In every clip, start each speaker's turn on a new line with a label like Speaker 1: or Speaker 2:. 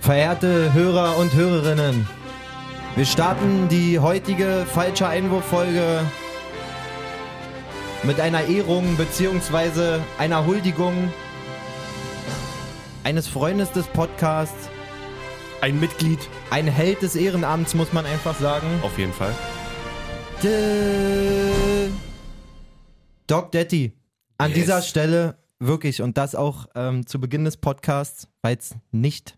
Speaker 1: Verehrte Hörer und Hörerinnen, wir starten die heutige falsche Einwurffolge mit einer Ehrung bzw. einer Huldigung eines Freundes des Podcasts,
Speaker 2: Ein Mitglied,
Speaker 1: ein Held des Ehrenamts, muss man einfach sagen.
Speaker 2: auf jeden Fall.
Speaker 1: D- Doc Daddy. An
Speaker 2: Yes.
Speaker 1: dieser Stelle wirklich und das auch ähm, zu Beginn des Podcasts, weil es nicht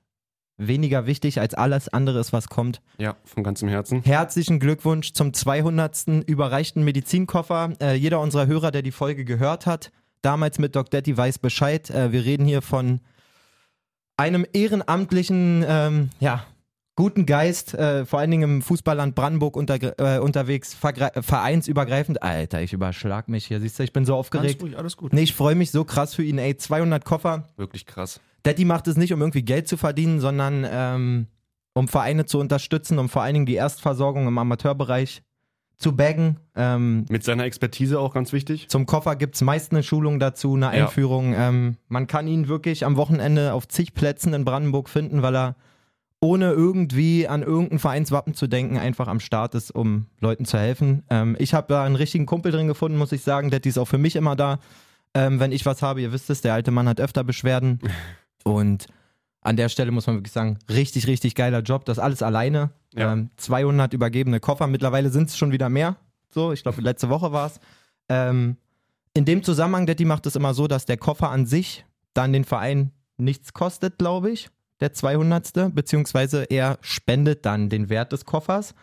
Speaker 1: weniger wichtig als alles andere ist, was kommt.
Speaker 2: Ja, von ganzem Herzen.
Speaker 1: Herzlichen Glückwunsch zum 200. überreichten Medizinkoffer. Äh, jeder unserer Hörer, der die Folge gehört hat, damals mit Doc Daddy weiß Bescheid. Äh, wir reden hier von einem ehrenamtlichen, ähm, ja, guten Geist, äh, vor allen Dingen im Fußballland Brandenburg unter, äh, unterwegs, vergre- äh, vereinsübergreifend. Alter, ich überschlag mich hier. Siehst du, ich bin so aufgeregt.
Speaker 2: ruhig, alles gut.
Speaker 1: Nee, ich freue mich so krass für ihn, ey. 200 Koffer.
Speaker 2: Wirklich krass.
Speaker 1: Daddy macht es nicht, um irgendwie Geld zu verdienen, sondern ähm, um Vereine zu unterstützen, um vor allen Dingen die Erstversorgung im Amateurbereich zu baggen. Ähm,
Speaker 2: Mit seiner Expertise auch ganz wichtig.
Speaker 1: zum Koffer gibt es meist eine Schulung dazu, eine
Speaker 2: Ja.
Speaker 1: Einführung. Ähm, man kann ihn wirklich am Wochenende auf zig Plätzen in Brandenburg finden, weil er ohne irgendwie an irgendein Vereinswappen zu denken, einfach am Start ist, um Leuten zu helfen. Ähm, ich habe da einen richtigen Kumpel drin gefunden, muss ich sagen. Daddy ist auch für mich immer da. Ähm, wenn ich was habe, ihr wisst es, der alte Mann hat öfter Beschwerden. Und an der Stelle muss man wirklich sagen, richtig, richtig geiler Job. Das alles alleine.
Speaker 2: Ja.
Speaker 1: Ähm, 200 übergebene Koffer. Mittlerweile sind es schon wieder mehr. So, ich glaube, letzte Woche war es. Ähm, in dem Zusammenhang, Daddy macht es immer so, dass der Koffer an sich dann den Verein nichts kostet, glaube ich. Der 200. Beziehungsweise er spendet dann den Wert des Koffers.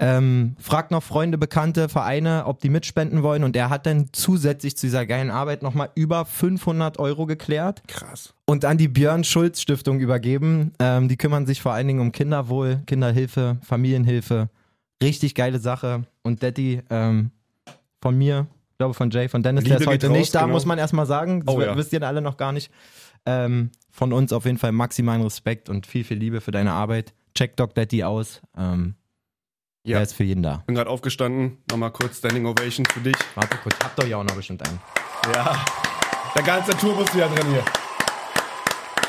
Speaker 1: Ähm, fragt noch Freunde, Bekannte, Vereine, ob die mitspenden wollen. Und er hat dann zusätzlich zu dieser geilen Arbeit nochmal über 500 Euro geklärt
Speaker 2: Krass.
Speaker 1: und an die Björn-Schulz-Stiftung übergeben. Ähm, die kümmern sich vor allen Dingen um Kinderwohl, Kinderhilfe, Familienhilfe. Richtig geile Sache. Und Daddy ähm, von mir, ich glaube von Jay, von Dennis,
Speaker 2: Liebe
Speaker 1: der ist
Speaker 2: geht
Speaker 1: heute
Speaker 2: raus,
Speaker 1: nicht da,
Speaker 2: genau.
Speaker 1: muss man erstmal sagen. Das
Speaker 2: Oh
Speaker 1: w-
Speaker 2: ja.
Speaker 1: wisst ihr alle noch gar nicht. Ähm, von uns auf jeden Fall maximalen Respekt und viel, viel Liebe für deine Arbeit. Check Doc Daddy aus. Ähm,
Speaker 2: Ja.
Speaker 1: Er ist für jeden da.
Speaker 2: Bin gerade aufgestanden. Nochmal kurz Standing Ovation für dich.
Speaker 1: Warte kurz, habt ihr ja auch noch bestimmt einen.
Speaker 2: Ja. Der ganze Tour muss wieder drin hier.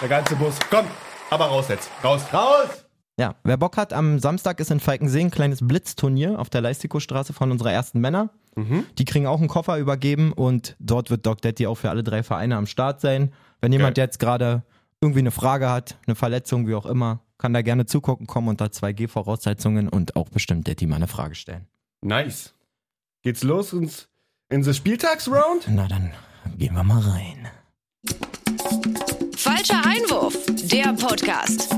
Speaker 2: Der ganze Bus. Komm, aber raus jetzt. Raus. Raus!
Speaker 1: Ja, wer Bock hat, am Samstag ist in Falkensee ein kleines Blitzturnier auf der Leistikostraße von unserer ersten Männer. Die kriegen auch einen Koffer übergeben und dort wird Doc Daddy auch für alle drei Vereine am Start sein. Wenn jemand
Speaker 2: Geil.
Speaker 1: jetzt gerade irgendwie eine Frage hat, eine Verletzung, wie auch immer, kann da gerne zugucken kommen unter 2G-Voraussetzungen und auch bestimmt Daddy mal eine Frage stellen.
Speaker 2: Nice. Geht's los ins, ins Spieltagsround?
Speaker 1: Na dann gehen wir mal rein.
Speaker 3: Falscher Einwurf, der Podcast.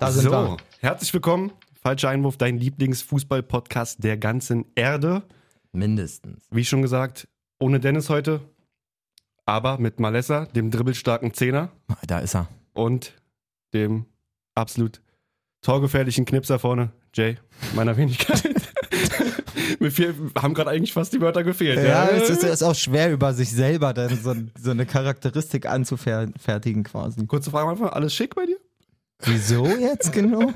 Speaker 1: Da sind
Speaker 2: so,
Speaker 1: wir.
Speaker 2: herzlich willkommen. Falscher Einwurf, dein Lieblingsfußball-Podcast der ganzen Erde.
Speaker 1: Mindestens.
Speaker 2: Wie schon gesagt, ohne Dennis heute, aber mit Malessa, dem dribbelstarken Zehner
Speaker 1: Da ist er.
Speaker 2: und dem absolut torgefährlichen Knipser vorne, Jay, meiner Wenigkeit. Mir fehl- haben gerade eigentlich fast die Wörter gefehlt.
Speaker 1: Ja, es ist, ist auch schwer, über sich selber dann so, so eine Charakteristik anzufertigen quasi.
Speaker 2: Kurze Frage am Anfang, alles schick bei dir?
Speaker 1: Wieso jetzt genau?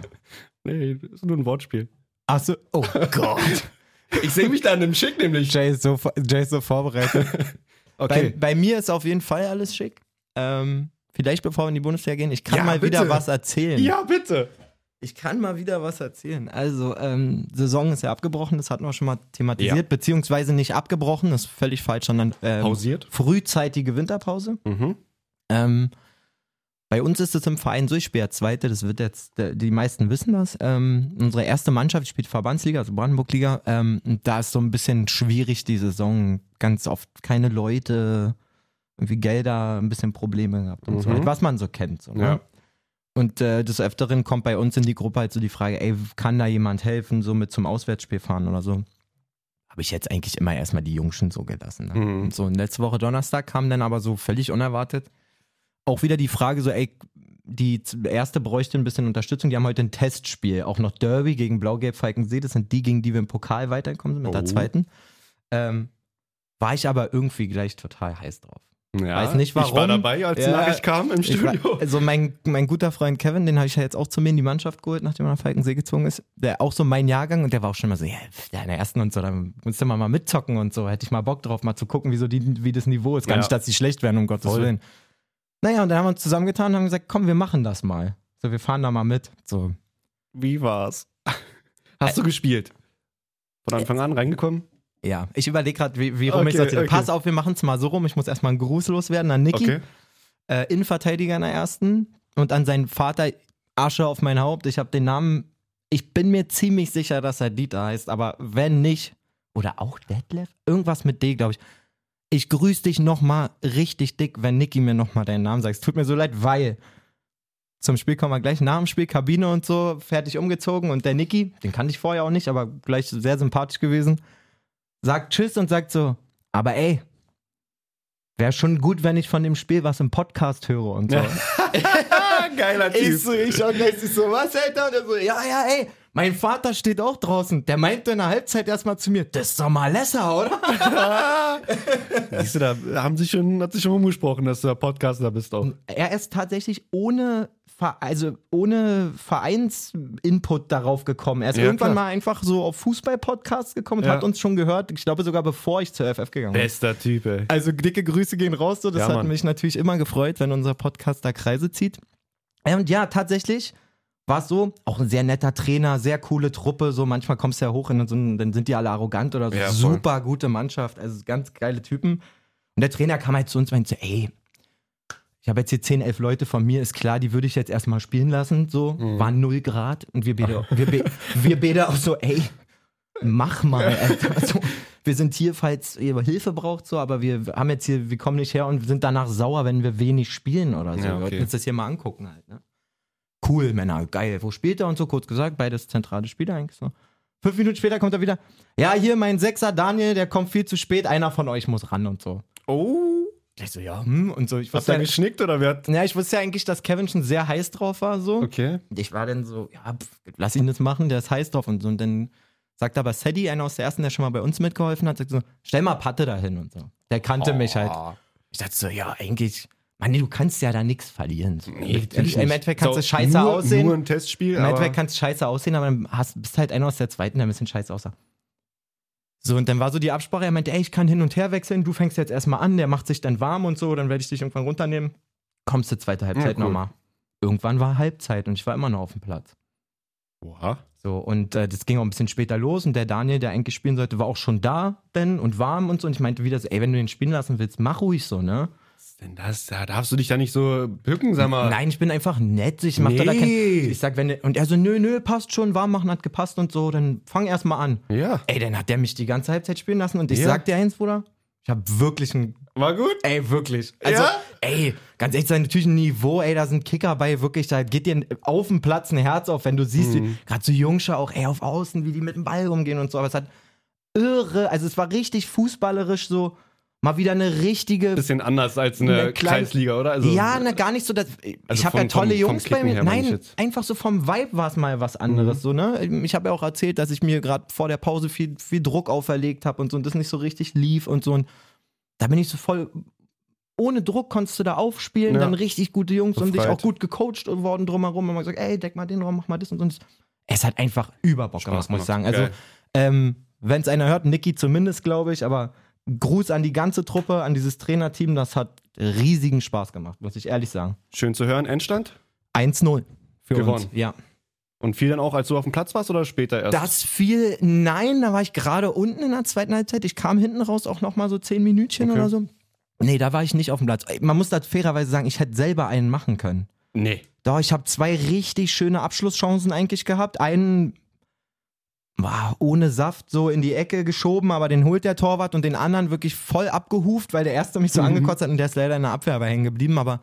Speaker 2: Nee, das ist nur ein Wortspiel.
Speaker 1: Achso, oh Gott.
Speaker 2: Ich sehe mich da in einem Schick nämlich.
Speaker 1: Jay ist so, vor- Jay ist so vorbereitet. Bei,
Speaker 2: Okay.
Speaker 1: bei mir ist auf jeden Fall alles schick. Ähm, vielleicht bevor wir in die Bundesliga gehen, ich kann
Speaker 2: Ja,
Speaker 1: mal wieder
Speaker 2: bitte.
Speaker 1: was erzählen.
Speaker 2: ja, bitte.
Speaker 1: Ich kann mal wieder was erzählen. Also, ähm, Saison ist ja abgebrochen, das hatten wir schon mal thematisiert,
Speaker 2: Ja.
Speaker 1: beziehungsweise nicht abgebrochen, das ist völlig falsch, sondern ähm,
Speaker 2: Pausiert.
Speaker 1: frühzeitige Winterpause.
Speaker 2: Mhm.
Speaker 1: Ähm, bei uns ist es im Verein so, ich spiele ja zweite, das wird jetzt, äh, die meisten wissen das. Ähm, unsere erste Mannschaft spielt Verbandsliga, also Brandenburg-Liga. Ähm, und da ist so ein bisschen schwierig die Saison. Ganz oft keine Leute, irgendwie Gelder, ein bisschen Probleme gehabt und so,
Speaker 2: Mhm.
Speaker 1: halt, was man so kennt. So, ne?
Speaker 2: Ja.
Speaker 1: Und äh, des Öfteren kommt bei uns in die Gruppe halt so die Frage, ey, kann da jemand helfen, so mit zum Auswärtsspiel fahren oder so? Habe ich jetzt eigentlich immer erstmal die Jungschen so gelassen. Ne?
Speaker 2: Mhm.
Speaker 1: Und so, und letzte Woche Donnerstag kam dann aber so völlig unerwartet auch wieder die Frage so, ey, die z- erste bräuchte ein bisschen Unterstützung. Die haben heute ein Testspiel, auch noch Derby gegen Blau-Gelb-Falkensee. Das sind die, gegen die wir im Pokal weiterkommen sind mit der
Speaker 2: Oh.
Speaker 1: zweiten. Ähm, war ich aber irgendwie gleich total heiß drauf.
Speaker 2: Ja,
Speaker 1: Weiß nicht,
Speaker 2: Ich war
Speaker 1: warum.
Speaker 2: dabei, als die
Speaker 1: Ja.
Speaker 2: Nachricht kam im
Speaker 1: Ich war,
Speaker 2: Studio.
Speaker 1: also mein, mein guter Freund Kevin, den habe ich ja jetzt auch zu mir in die Mannschaft geholt, nachdem er nach Falkensee gezogen ist. Der auch so mein Jahrgang und der war auch schon mal so, ja, ja in der ersten und so, da musste man mal mitzocken und so. Hätte ich mal Bock drauf, mal zu gucken, wie, so die, wie das Niveau ist. Gar
Speaker 2: Ja.
Speaker 1: nicht, dass die schlecht werden, um Gottes
Speaker 2: Voll.
Speaker 1: Willen. Naja, und dann haben wir uns zusammengetan und haben gesagt, komm, wir machen das mal. So, wir fahren da mal mit. So.
Speaker 2: Wie war's? Hast du gespielt? Von Anfang an reingekommen?
Speaker 1: Ja, ich überlege gerade, wie, wie rum ich
Speaker 2: Okay,
Speaker 1: das okay.
Speaker 2: okay.
Speaker 1: Pass auf, wir machen es mal so rum. Ich muss erstmal einen Gruß loswerden an Niki,
Speaker 2: Okay.
Speaker 1: äh, Innenverteidiger in der ersten und an seinen Vater Asche auf mein Haupt. Ich habe den Namen, ich bin mir ziemlich sicher, dass er Dieter heißt, aber wenn nicht, oder auch Detlef, irgendwas mit D, glaube ich. Ich grüße dich nochmal richtig dick, wenn Niki mir nochmal deinen Namen sagt. Es tut mir so leid, weil zum Spiel kommen wir gleich. Nach dem Spiel, Kabine und so, fertig umgezogen. Und der Niki, den kannte ich vorher auch nicht, aber gleich sehr sympathisch gewesen, sagt Tschüss und sagt so, aber ey, wäre schon gut, wenn ich von dem Spiel was im Podcast höre und so.
Speaker 2: Ah, Geiler Typ.
Speaker 1: Ich so, ich schau gleich ich so, was, Alter? Und er so, ja, ja, ey, mein Vater steht auch draußen. Der meinte in der Halbzeit erstmal zu mir, das ist doch mal Lesser, oder?
Speaker 2: Siehst du, da haben sich schon, hat sich schon umgesprochen, dass du der Podcaster bist auch.
Speaker 1: Er ist tatsächlich ohne, Ver also ohne Vereinsinput darauf gekommen. Er ist
Speaker 2: Ja,
Speaker 1: irgendwann
Speaker 2: klar.
Speaker 1: mal einfach so auf Fußball-Podcasts gekommen und
Speaker 2: Ja.
Speaker 1: hat uns schon gehört. Ich glaube sogar, bevor ich zur FF gegangen bin.
Speaker 2: Bester Typ, ey.
Speaker 1: Also dicke Grüße gehen raus. So, das
Speaker 2: Ja,
Speaker 1: hat
Speaker 2: Mann.
Speaker 1: mich natürlich immer gefreut, wenn unser Podcast da Kreise zieht. Äh, Und ja, tatsächlich war es so, auch ein sehr netter Trainer, sehr coole Truppe. So manchmal kommst du ja hoch und dann, dann sind die alle arrogant oder so.
Speaker 2: Ja, voll.
Speaker 1: Super gute Mannschaft, also ganz geile Typen. Und der Trainer kam halt zu uns und meinte, so, ey, ich habe jetzt hier 10, 11 Leute von mir, ist klar, die würde ich jetzt erstmal spielen lassen, so,
Speaker 2: Mhm.
Speaker 1: war 0 Grad und wir beide, wir, be, wir beide auch so, ey, mach mal, Alter. Also, wir sind hier, falls ihr Hilfe braucht, so, aber wir haben jetzt hier, wir kommen nicht her und sind danach sauer, wenn wir wenig spielen oder so.
Speaker 2: Ja,
Speaker 1: Wir
Speaker 2: okay.
Speaker 1: wollten uns das hier mal angucken halt, ne? Cool, Männer, geil. Wo spielt er und so? Kurz gesagt, beides zentrale Spieler eigentlich so. Fünf Minuten später kommt er wieder. Ja, hier mein Sechser Daniel, der kommt viel zu spät. Einer von euch muss ran und so.
Speaker 2: Oh.
Speaker 1: Ich so, ja, hm, und so. Ich
Speaker 2: Hast
Speaker 1: wusste,
Speaker 2: du da
Speaker 1: ja,
Speaker 2: geschnickt oder wer hat.
Speaker 1: ja, ich wusste ja eigentlich, dass Kevin schon sehr heiß drauf war, so.
Speaker 2: Okay.
Speaker 1: Ich war dann so, ja, pf, lass ihn das machen, der ist heiß drauf und so. Und dann sagt aber Sadie, einer aus der ersten, der schon mal bei uns mitgeholfen hat, sagt so, stell mal Patte dahin und so. Der kannte mich halt.
Speaker 2: Oh.
Speaker 1: Ich dachte so, ja, eigentlich, Mann, du kannst ja da nichts verlieren. So.
Speaker 2: natürlich
Speaker 1: Im
Speaker 2: nicht.
Speaker 1: Endeffekt kannst du
Speaker 2: So,
Speaker 1: scheiße
Speaker 2: nur,
Speaker 1: aussehen.
Speaker 2: Nur ein Testspiel.
Speaker 1: Im
Speaker 2: Aber
Speaker 1: Endeffekt kannst du scheiße aussehen, aber dann hast, bist halt einer aus der zweiten, der ein bisschen scheiße aussah. So, und dann war so die Absprache, er meinte, ey, ich kann hin und her wechseln, du fängst jetzt erstmal an, der macht sich dann warm und so, dann werde ich dich irgendwann runternehmen. Kommst du zweite Halbzeit
Speaker 2: cool.
Speaker 1: nochmal. Irgendwann war Halbzeit und ich war immer noch auf dem Platz.
Speaker 2: Oha.
Speaker 1: So, und äh, das ging auch ein bisschen später los und der Daniel, der eigentlich spielen sollte, war auch schon da denn und warm und so. Und ich meinte wieder so, ey, wenn du den spielen lassen willst, mach ruhig so, ne?
Speaker 2: Was ist denn das? Da darfst du dich da nicht so bücken, sag mal.
Speaker 1: Nein, ich bin einfach nett. Ich mach
Speaker 2: Nee.
Speaker 1: da da kein, Ich sag, wenn der- und er so, nö, nö, passt schon, warm machen hat gepasst und so, dann fang erst mal an.
Speaker 2: Ja.
Speaker 1: Ey, dann hat der mich die ganze Halbzeit spielen lassen und ich
Speaker 2: Ja.
Speaker 1: sag dir eins, Bruder, ich hab wirklich ein,
Speaker 2: War gut?
Speaker 1: ey, wirklich. Also,
Speaker 2: Ja?
Speaker 1: ey, ganz ehrlich, sein natürlich ein Niveau, ey, da sind Kicker bei, wirklich, da geht dir auf dem Platz ein Herz auf, wenn du siehst,
Speaker 2: Mhm.
Speaker 1: wie gerade so Jungscher auch, ey, auf Außen, wie die mit dem Ball rumgehen und so, aber es hat irre, also es war richtig fußballerisch so, mal wieder eine richtige
Speaker 2: Bisschen anders als eine,
Speaker 1: Eine kleine-
Speaker 2: Kreisliga, oder? Also,
Speaker 1: ja, na, gar nicht so. Dass, ich
Speaker 2: Also
Speaker 1: habe ja
Speaker 2: vom-
Speaker 1: tolle
Speaker 2: vom- vom
Speaker 1: Jungs bei
Speaker 2: Kicken
Speaker 1: mir.
Speaker 2: her meine ich
Speaker 1: Nein,
Speaker 2: jetzt. Mhm.
Speaker 1: einfach so vom Vibe war es mal was anderes. So, ne? Ich habe ja auch erzählt, dass ich mir gerade vor der Pause viel, viel Druck auferlegt habe und so und das nicht so richtig lief und so. Und da bin ich so voll. Ohne Druck konntest du da aufspielen,
Speaker 2: Ja.
Speaker 1: dann richtig gute Jungs und dich
Speaker 2: Befreit.
Speaker 1: auch gut gecoacht worden drumherum. Immer gesagt, ey, deck mal den Raum, mach mal das und so. Und Es hat einfach über Bock
Speaker 2: Spaß
Speaker 1: gemacht, muss ich
Speaker 2: gemacht.
Speaker 1: sagen. Also,
Speaker 2: Geil.
Speaker 1: ähm, wenn es einer hört, Niki zumindest, glaube ich, aber Gruß an die ganze Truppe, an dieses Trainerteam, das hat riesigen Spaß gemacht, muss ich ehrlich sagen.
Speaker 2: Schön zu hören. Endstand?
Speaker 1: 1-0 für uns.
Speaker 2: Gewonnen.
Speaker 1: Ja.
Speaker 2: Und fiel dann auch, als du auf dem Platz warst oder später erst?
Speaker 1: Das fiel, nein, da war ich gerade unten in der zweiten Halbzeit. Ich kam hinten raus auch nochmal so zehn Minütchen
Speaker 2: Okay.
Speaker 1: oder so. Nee, da war ich nicht auf dem Platz. Ey, Man muss das fairerweise sagen, ich hätte selber einen machen können.
Speaker 2: Nee.
Speaker 1: Doch, ich habe zwei richtig schöne Abschlusschancen eigentlich gehabt. Einen war ohne Saft so in die Ecke geschoben, aber den holt der Torwart und den anderen wirklich voll abgehuft, weil der erste
Speaker 2: Mhm.
Speaker 1: mich so angekotzt hat und der ist leider in der Abwehr aber hängen geblieben. Aber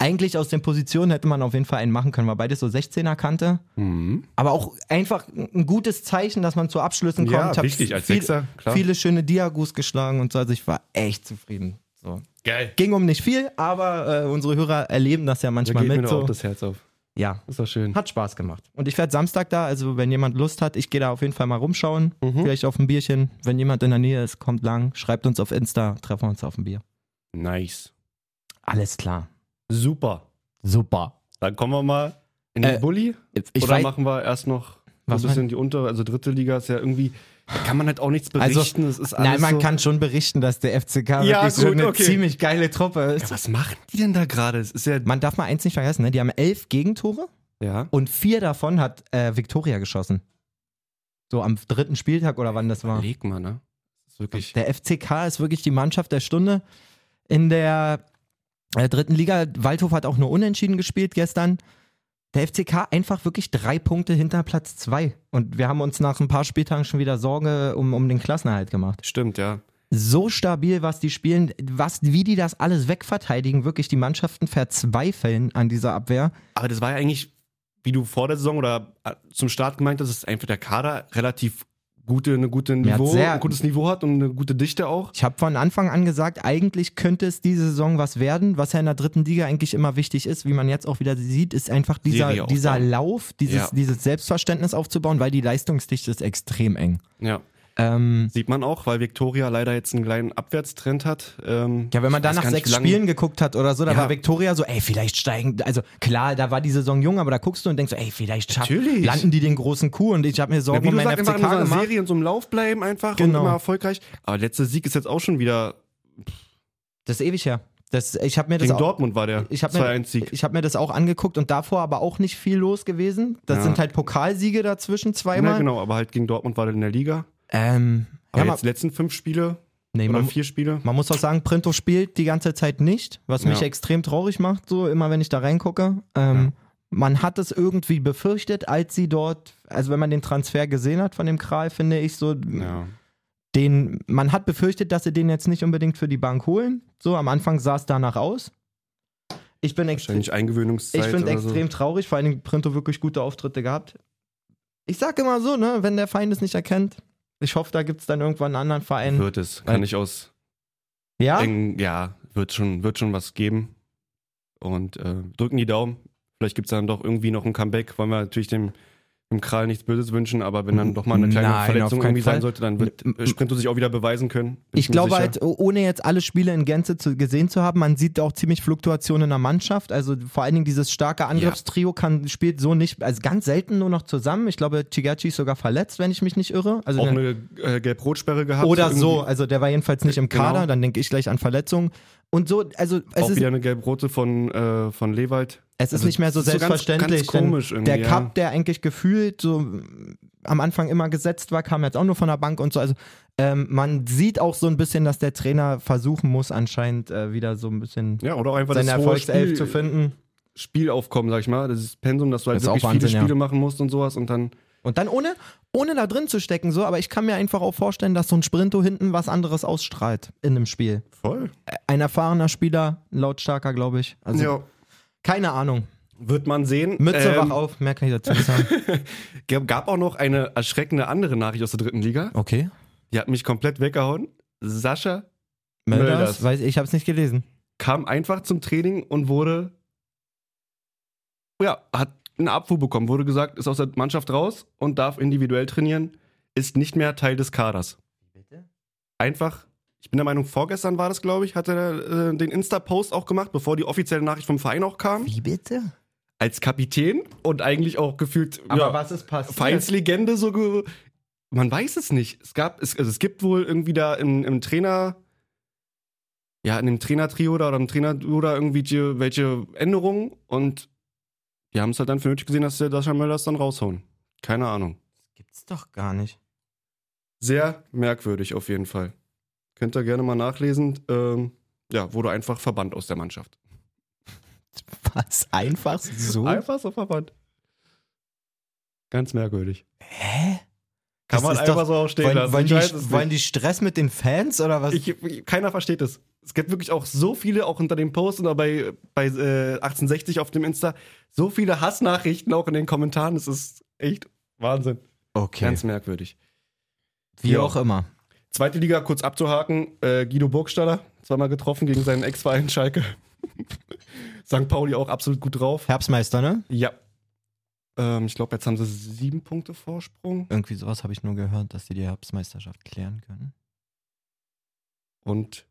Speaker 1: eigentlich aus den Positionen hätte man auf jeden Fall einen machen können, weil beides so 16er kannte.
Speaker 2: Mhm.
Speaker 1: Aber auch einfach ein gutes Zeichen, dass man zu Abschlüssen kommt.
Speaker 2: Ja,
Speaker 1: Ich hab
Speaker 2: wichtig, als Sechser, klar.
Speaker 1: Viele schöne Diagus geschlagen und so. Also ich war echt zufrieden. So.
Speaker 2: Geil.
Speaker 1: Ging um nicht viel, aber äh, unsere Hörer erleben das ja
Speaker 2: Da
Speaker 1: manchmal
Speaker 2: geht mir
Speaker 1: mit.
Speaker 2: doch
Speaker 1: So.
Speaker 2: auch das Herz auf.
Speaker 1: ja,
Speaker 2: Ist doch schön.
Speaker 1: hat Spaß gemacht. Und ich werde Samstag da, also wenn jemand Lust hat, ich gehe da auf jeden Fall mal rumschauen. Vielleicht auf ein Bierchen. Wenn jemand in der Nähe ist, kommt lang, schreibt uns auf Insta, treffen wir uns auf ein Bier.
Speaker 2: Nice.
Speaker 1: Alles klar.
Speaker 2: Super.
Speaker 1: Super.
Speaker 2: Dann kommen wir mal in den
Speaker 1: Äh,
Speaker 2: Bulli.
Speaker 1: Ich
Speaker 2: Oder
Speaker 1: weiß,
Speaker 2: machen wir erst noch
Speaker 1: Was
Speaker 2: was ein bisschen die untere, also dritte Liga ist ja irgendwie, da kann man halt auch nichts
Speaker 1: Also,
Speaker 2: berichten. es ist alles
Speaker 1: nein, man
Speaker 2: so,
Speaker 1: kann schon berichten, dass der FCK wirklich
Speaker 2: Ja,
Speaker 1: so
Speaker 2: gut,
Speaker 1: eine
Speaker 2: okay.
Speaker 1: ziemlich geile Truppe ist.
Speaker 2: Ja, was machen die denn da gerade? Es ist ja.
Speaker 1: Man darf mal eins nicht vergessen, ne? die haben elf Gegentore
Speaker 2: Ja.
Speaker 1: Und vier davon hat äh, Viktoria geschossen. So am dritten Spieltag oder wann das war.
Speaker 2: Leg mal, ne? Das ist wirklich.
Speaker 1: Der FCK ist wirklich die Mannschaft der Stunde in der äh, dritten Liga. Waldhof hat auch nur unentschieden gespielt gestern. Der FCK einfach wirklich drei Punkte hinter Platz zwei. Und wir haben uns nach ein paar Spieltagen schon wieder Sorge um, um den Klassenerhalt gemacht.
Speaker 2: Stimmt, ja.
Speaker 1: So stabil, was die spielen, was, wie die das alles wegverteidigen, wirklich die Mannschaften verzweifeln an dieser Abwehr.
Speaker 2: Aber das war ja eigentlich, wie du vor der Saison oder äh, zum Start gemeint hast, dass einfach der Kader relativ gute, eine gute Niveau,
Speaker 1: sehr-
Speaker 2: ein gutes Niveau hat und eine gute Dichte auch.
Speaker 1: Ich habe von Anfang an gesagt, eigentlich könnte es diese Saison was werden, was ja in der dritten Liga eigentlich immer wichtig ist, wie man jetzt auch wieder sieht, ist einfach
Speaker 2: Serie
Speaker 1: dieser,
Speaker 2: aufbauen.
Speaker 1: dieser Lauf, dieses,
Speaker 2: Ja.
Speaker 1: dieses Selbstverständnis aufzubauen, weil die Leistungsdichte ist extrem eng.
Speaker 2: Ja.
Speaker 1: Ähm,
Speaker 2: Sieht man auch, weil Victoria leider jetzt einen kleinen Abwärtstrend hat. Ähm,
Speaker 1: ja, wenn man
Speaker 2: ich
Speaker 1: da
Speaker 2: weiß
Speaker 1: nach
Speaker 2: gar nicht,
Speaker 1: sechs
Speaker 2: wie lange-
Speaker 1: Spielen geguckt hat oder so, da
Speaker 2: Ja.
Speaker 1: war Viktoria so, ey, vielleicht steigen, also klar, da war die Saison jung, aber da guckst du und denkst so, ey, vielleicht schaffen,
Speaker 2: Natürlich.
Speaker 1: landen die den großen Kuh und ich habe mir
Speaker 2: Ja,
Speaker 1: Sorgen
Speaker 2: wie
Speaker 1: um
Speaker 2: du
Speaker 1: meinen
Speaker 2: sagst,
Speaker 1: FCK
Speaker 2: einfach in so einer
Speaker 1: gemacht.
Speaker 2: Serie in so einem Lauf bleiben einfach
Speaker 1: Genau.
Speaker 2: und immer erfolgreich. Aber letzter Sieg ist jetzt auch schon wieder,
Speaker 1: Das ist ewig her. Das, ich habe mir das
Speaker 2: gegen
Speaker 1: auch,
Speaker 2: Dortmund war der
Speaker 1: Ich hab mir-
Speaker 2: 2-1-Sieg.
Speaker 1: Ich habe mir das auch angeguckt und davor aber auch nicht viel los gewesen. Das
Speaker 2: Ja.
Speaker 1: sind halt Pokalsiege dazwischen zweimal.
Speaker 2: Ja, genau, aber halt gegen Dortmund war der in der Liga.
Speaker 1: ähm,
Speaker 2: Aber
Speaker 1: ja, man,
Speaker 2: jetzt die letzten fünf Spiele
Speaker 1: nee,
Speaker 2: oder
Speaker 1: man,
Speaker 2: vier Spiele.
Speaker 1: man muss auch sagen, Printo spielt die ganze Zeit nicht, was mich
Speaker 2: Ja.
Speaker 1: extrem traurig macht, so immer wenn ich da reingucke. Ähm, Man hat es irgendwie befürchtet, als sie dort, also wenn man den Transfer gesehen hat von dem Kral, finde ich so,
Speaker 2: Ja.
Speaker 1: den, man hat befürchtet, dass sie den jetzt nicht unbedingt für die Bank holen. So, am Anfang sah es danach aus. Ich bin extrem,
Speaker 2: Wahrscheinlich Eingewöhnungszeit.
Speaker 1: Ich finde
Speaker 2: oder so.
Speaker 1: extrem traurig, vor allen Dingen Printo wirklich gute Auftritte gehabt. Ich sag immer so, ne, wenn der Feind es nicht erkennt, ich hoffe, da gibt es dann irgendwann einen anderen Verein.
Speaker 2: Wird es. Kann ich aus.
Speaker 1: ja,
Speaker 2: Eng, ja, wird schon, wird schon was geben. Und äh, drücken die Daumen. Vielleicht gibt es dann doch irgendwie noch ein Comeback. Wollen wir natürlich dem, dem Kral nichts Böses wünschen, aber wenn dann doch mal eine kleine
Speaker 1: Nein, auf
Speaker 2: Verletzung
Speaker 1: keinen
Speaker 2: irgendwie sein
Speaker 1: Fall.
Speaker 2: sollte, dann wird
Speaker 1: M- m-
Speaker 2: äh, Sprinto sich auch wieder beweisen können. Bin
Speaker 1: ich
Speaker 2: mir
Speaker 1: glaube
Speaker 2: sicher.
Speaker 1: halt, oh- ohne jetzt alle Spiele in Gänze zu, gesehen zu haben, man sieht auch ziemlich Fluktuationen in der Mannschaft. Also vor allen Dingen dieses starke Angriffstrio kann, spielt so nicht, also ganz selten nur noch zusammen. Ich glaube, Chigachi ist sogar verletzt, wenn ich mich nicht irre. Also
Speaker 2: auch
Speaker 1: der-
Speaker 2: eine äh, Gelb-Rot-Sperre gehabt.
Speaker 1: oder so,
Speaker 2: irgendwie.
Speaker 1: also der war jedenfalls nicht im
Speaker 2: Genau.
Speaker 1: Kader, dann denke ich gleich an Verletzungen. Und so, also es
Speaker 2: auch
Speaker 1: ist
Speaker 2: wieder eine Gelb-Rote von, äh, von Lewald.
Speaker 1: Es ist
Speaker 2: Also,
Speaker 1: nicht mehr so
Speaker 2: das ist so ganz-
Speaker 1: selbstverständlich.
Speaker 2: ganz
Speaker 1: denn
Speaker 2: komisch irgendwie,
Speaker 1: der
Speaker 2: ja.
Speaker 1: Cup, der eigentlich gefühlt so am Anfang immer gesetzt war, kam jetzt auch nur von der Bank und so. Also ähm, man sieht auch so ein bisschen, dass der Trainer versuchen muss, anscheinend äh, wieder so ein bisschen
Speaker 2: Ja, oder auch einfach
Speaker 1: seine
Speaker 2: das hohe
Speaker 1: Erfolgself
Speaker 2: Spiel-
Speaker 1: zu finden.
Speaker 2: Spielaufkommen, sag ich mal. Das ist Pensum, dass du halt
Speaker 1: Das ist
Speaker 2: wirklich
Speaker 1: auch
Speaker 2: viele
Speaker 1: Wahnsinn, ja.
Speaker 2: Spiele machen musst und sowas und dann
Speaker 1: Und dann ohne, ohne da drin zu stecken, so, aber ich kann mir einfach auch vorstellen, dass so ein Sprinto hinten was anderes ausstrahlt in einem Spiel.
Speaker 2: voll.
Speaker 1: Ein erfahrener Spieler, lautstarker, glaube ich. Also
Speaker 2: ja.
Speaker 1: keine Ahnung.
Speaker 2: Wird man sehen.
Speaker 1: Mütze
Speaker 2: Ähm,
Speaker 1: wach auf, mehr kann ich dazu nicht sagen.
Speaker 2: Gab, gab auch noch eine erschreckende andere Nachricht aus der dritten Liga.
Speaker 1: Okay.
Speaker 2: Die hat mich komplett weggehauen. Sascha
Speaker 1: Mölders,
Speaker 2: Mölders.
Speaker 1: Weiß, ich habe es nicht gelesen.
Speaker 2: kam einfach zum Training und wurde. Ja, hat eine Abfuhr bekommen. Wurde gesagt, ist aus der Mannschaft raus und darf individuell trainieren. Ist nicht mehr Teil des Kaders.
Speaker 1: Bitte?
Speaker 2: Einfach, ich bin der Meinung, vorgestern war das, glaube ich, hat er äh, den Insta-Post auch gemacht, bevor die offizielle Nachricht vom Verein auch kam.
Speaker 1: Wie bitte?
Speaker 2: Als Kapitän und eigentlich auch gefühlt.
Speaker 1: Aber
Speaker 2: ja,
Speaker 1: was ist passiert?
Speaker 2: Vereinslegende so ge Man weiß es nicht. Es gab, es, also es gibt wohl irgendwie da im, im Trainer, ja, in dem Trainertrio da oder im Trainerduo da irgendwie die, welche Änderungen und die haben es halt dann für nötig gesehen, dass der Sascha Möller das dann raushauen. Keine Ahnung.
Speaker 1: Gibt's doch gar nicht.
Speaker 2: Sehr merkwürdig auf jeden Fall. Könnt ihr gerne mal nachlesen. Ähm, ja, wurde einfach verbannt aus der Mannschaft.
Speaker 1: Was? Einfach so?
Speaker 2: Einfach so verbannt. Ganz merkwürdig.
Speaker 1: Hä? Das
Speaker 2: Kann man
Speaker 1: ist
Speaker 2: einfach
Speaker 1: doch-
Speaker 2: so auch stehen
Speaker 1: Wollen,
Speaker 2: lassen.
Speaker 1: wollen,
Speaker 2: Ich weiß es
Speaker 1: die,
Speaker 2: nicht.
Speaker 1: wollen die Stress mit den Fans oder was?
Speaker 2: Ich, ich- keiner versteht es. Es gibt wirklich auch so viele, auch unter dem Post oder bei, bei äh, 1860 auf dem Insta, so viele Hassnachrichten auch in den Kommentaren. Es ist echt Wahnsinn.
Speaker 1: okay.
Speaker 2: Ganz merkwürdig.
Speaker 1: Wie
Speaker 2: Ja.
Speaker 1: auch immer.
Speaker 2: Zweite Liga kurz abzuhaken. Äh, Guido Burgstaller, zweimal getroffen gegen seinen Ex-Verein Schalke. St. Pauli auch absolut gut drauf.
Speaker 1: Herbstmeister, ne?
Speaker 2: Ja. Ähm, ich glaube, jetzt haben sie sieben Punkte Vorsprung.
Speaker 1: Irgendwie sowas habe ich nur gehört, dass die die Herbstmeisterschaft klären können.
Speaker 2: Und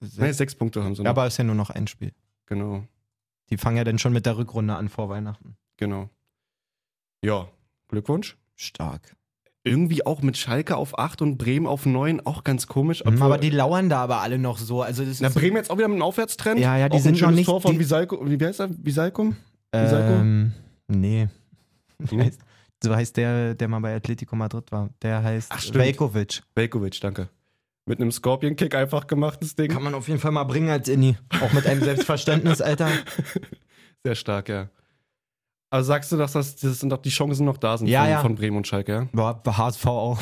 Speaker 2: nee,
Speaker 1: Ja,
Speaker 2: sechs Punkte haben sie noch.
Speaker 1: aber ist ja nur noch ein Spiel.
Speaker 2: genau.
Speaker 1: Die fangen ja dann schon mit der Rückrunde an vor Weihnachten.
Speaker 2: Genau. Ja, Glückwunsch.
Speaker 1: Stark.
Speaker 2: irgendwie auch mit Schalke auf 8 und Bremen auf 9 auch ganz komisch.
Speaker 1: Mhm,
Speaker 2: obwohl-
Speaker 1: aber die lauern da aber alle noch so. Also das
Speaker 2: Na,
Speaker 1: ist
Speaker 2: Bremen jetzt auch wieder mit einem Aufwärtstrend.
Speaker 1: Ja, ja, die
Speaker 2: auch
Speaker 1: sind
Speaker 2: ein schönes
Speaker 1: noch nicht-
Speaker 2: Tor von
Speaker 1: die-
Speaker 2: Visalko, wie heißt er? Visalkum? Isako?
Speaker 1: Ähm, nee.
Speaker 2: Nee?
Speaker 1: Heißt- So heißt der, der mal bei Atletico Madrid war. Der heißt
Speaker 2: Ach, stimmt.
Speaker 1: Velkovic.
Speaker 2: Belkovic, danke. Mit einem Scorpion-Kick einfach gemacht, das Ding.
Speaker 1: Kann man auf jeden Fall mal bringen als Inni. Auch mit einem Selbstverständnis, Alter.
Speaker 2: Sehr stark, ja. Also sagst du, dass das, das sind doch die Chancen noch da sind
Speaker 1: Ja,
Speaker 2: von,
Speaker 1: ja.
Speaker 2: von Bremen und Schalke, ja?
Speaker 1: Boah, HSV auch.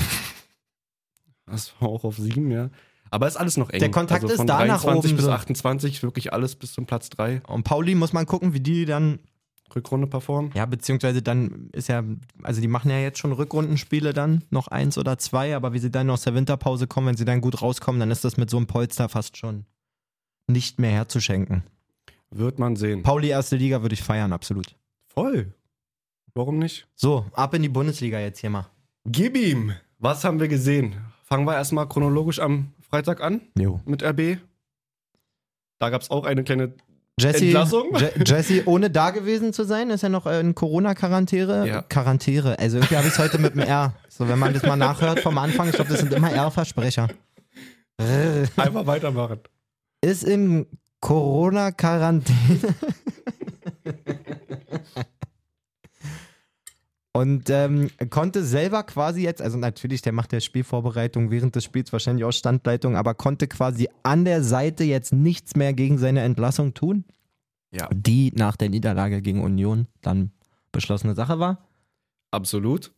Speaker 2: Das war auch auf sieben, ja. Aber ist alles noch eng.
Speaker 1: Der Kontakt
Speaker 2: also
Speaker 1: ist
Speaker 2: von
Speaker 1: da nach
Speaker 2: 23
Speaker 1: oben
Speaker 2: bis
Speaker 1: so.
Speaker 2: 28, wirklich alles bis zum Platz 3.
Speaker 1: Und Pauli muss man gucken, wie die dann,
Speaker 2: Rückrunde performen.
Speaker 1: ja, beziehungsweise dann ist ja, also die machen ja jetzt schon Rückrundenspiele dann, noch eins oder zwei, aber wie sie dann aus der Winterpause kommen, wenn sie dann gut rauskommen, dann ist das mit so einem Polster fast schon nicht mehr herzuschenken.
Speaker 2: Wird man sehen.
Speaker 1: Pauli erste Liga würde ich feiern, absolut.
Speaker 2: Voll. Warum nicht?
Speaker 1: So, ab in die Bundesliga jetzt hier mal.
Speaker 2: Gib ihm. Was haben wir gesehen? Fangen wir erstmal chronologisch am Freitag an
Speaker 1: Jo.
Speaker 2: mit RB. Da gab es auch eine kleine.
Speaker 1: Jesse,
Speaker 2: Entlassung?
Speaker 1: Je Jesse, ohne da gewesen zu sein, ist ja noch äh, in Corona-Quarantäre.
Speaker 2: Ja.
Speaker 1: Quarantäre. Also irgendwie habe ich es heute mit dem R. So, wenn man das mal nachhört vom Anfang, ich glaube, das sind immer R-Versprecher. Äh,
Speaker 2: Einfach weitermachen.
Speaker 1: Ist in Corona-Quarantäne. Und ähm, konnte selber quasi jetzt, also natürlich, der macht ja Spielvorbereitung während des Spiels wahrscheinlich auch Standleitung, aber konnte quasi an der Seite jetzt nichts mehr gegen seine Entlassung tun
Speaker 2: Ja,
Speaker 1: die nach der Niederlage gegen Union dann beschlossene Sache war.
Speaker 2: absolut.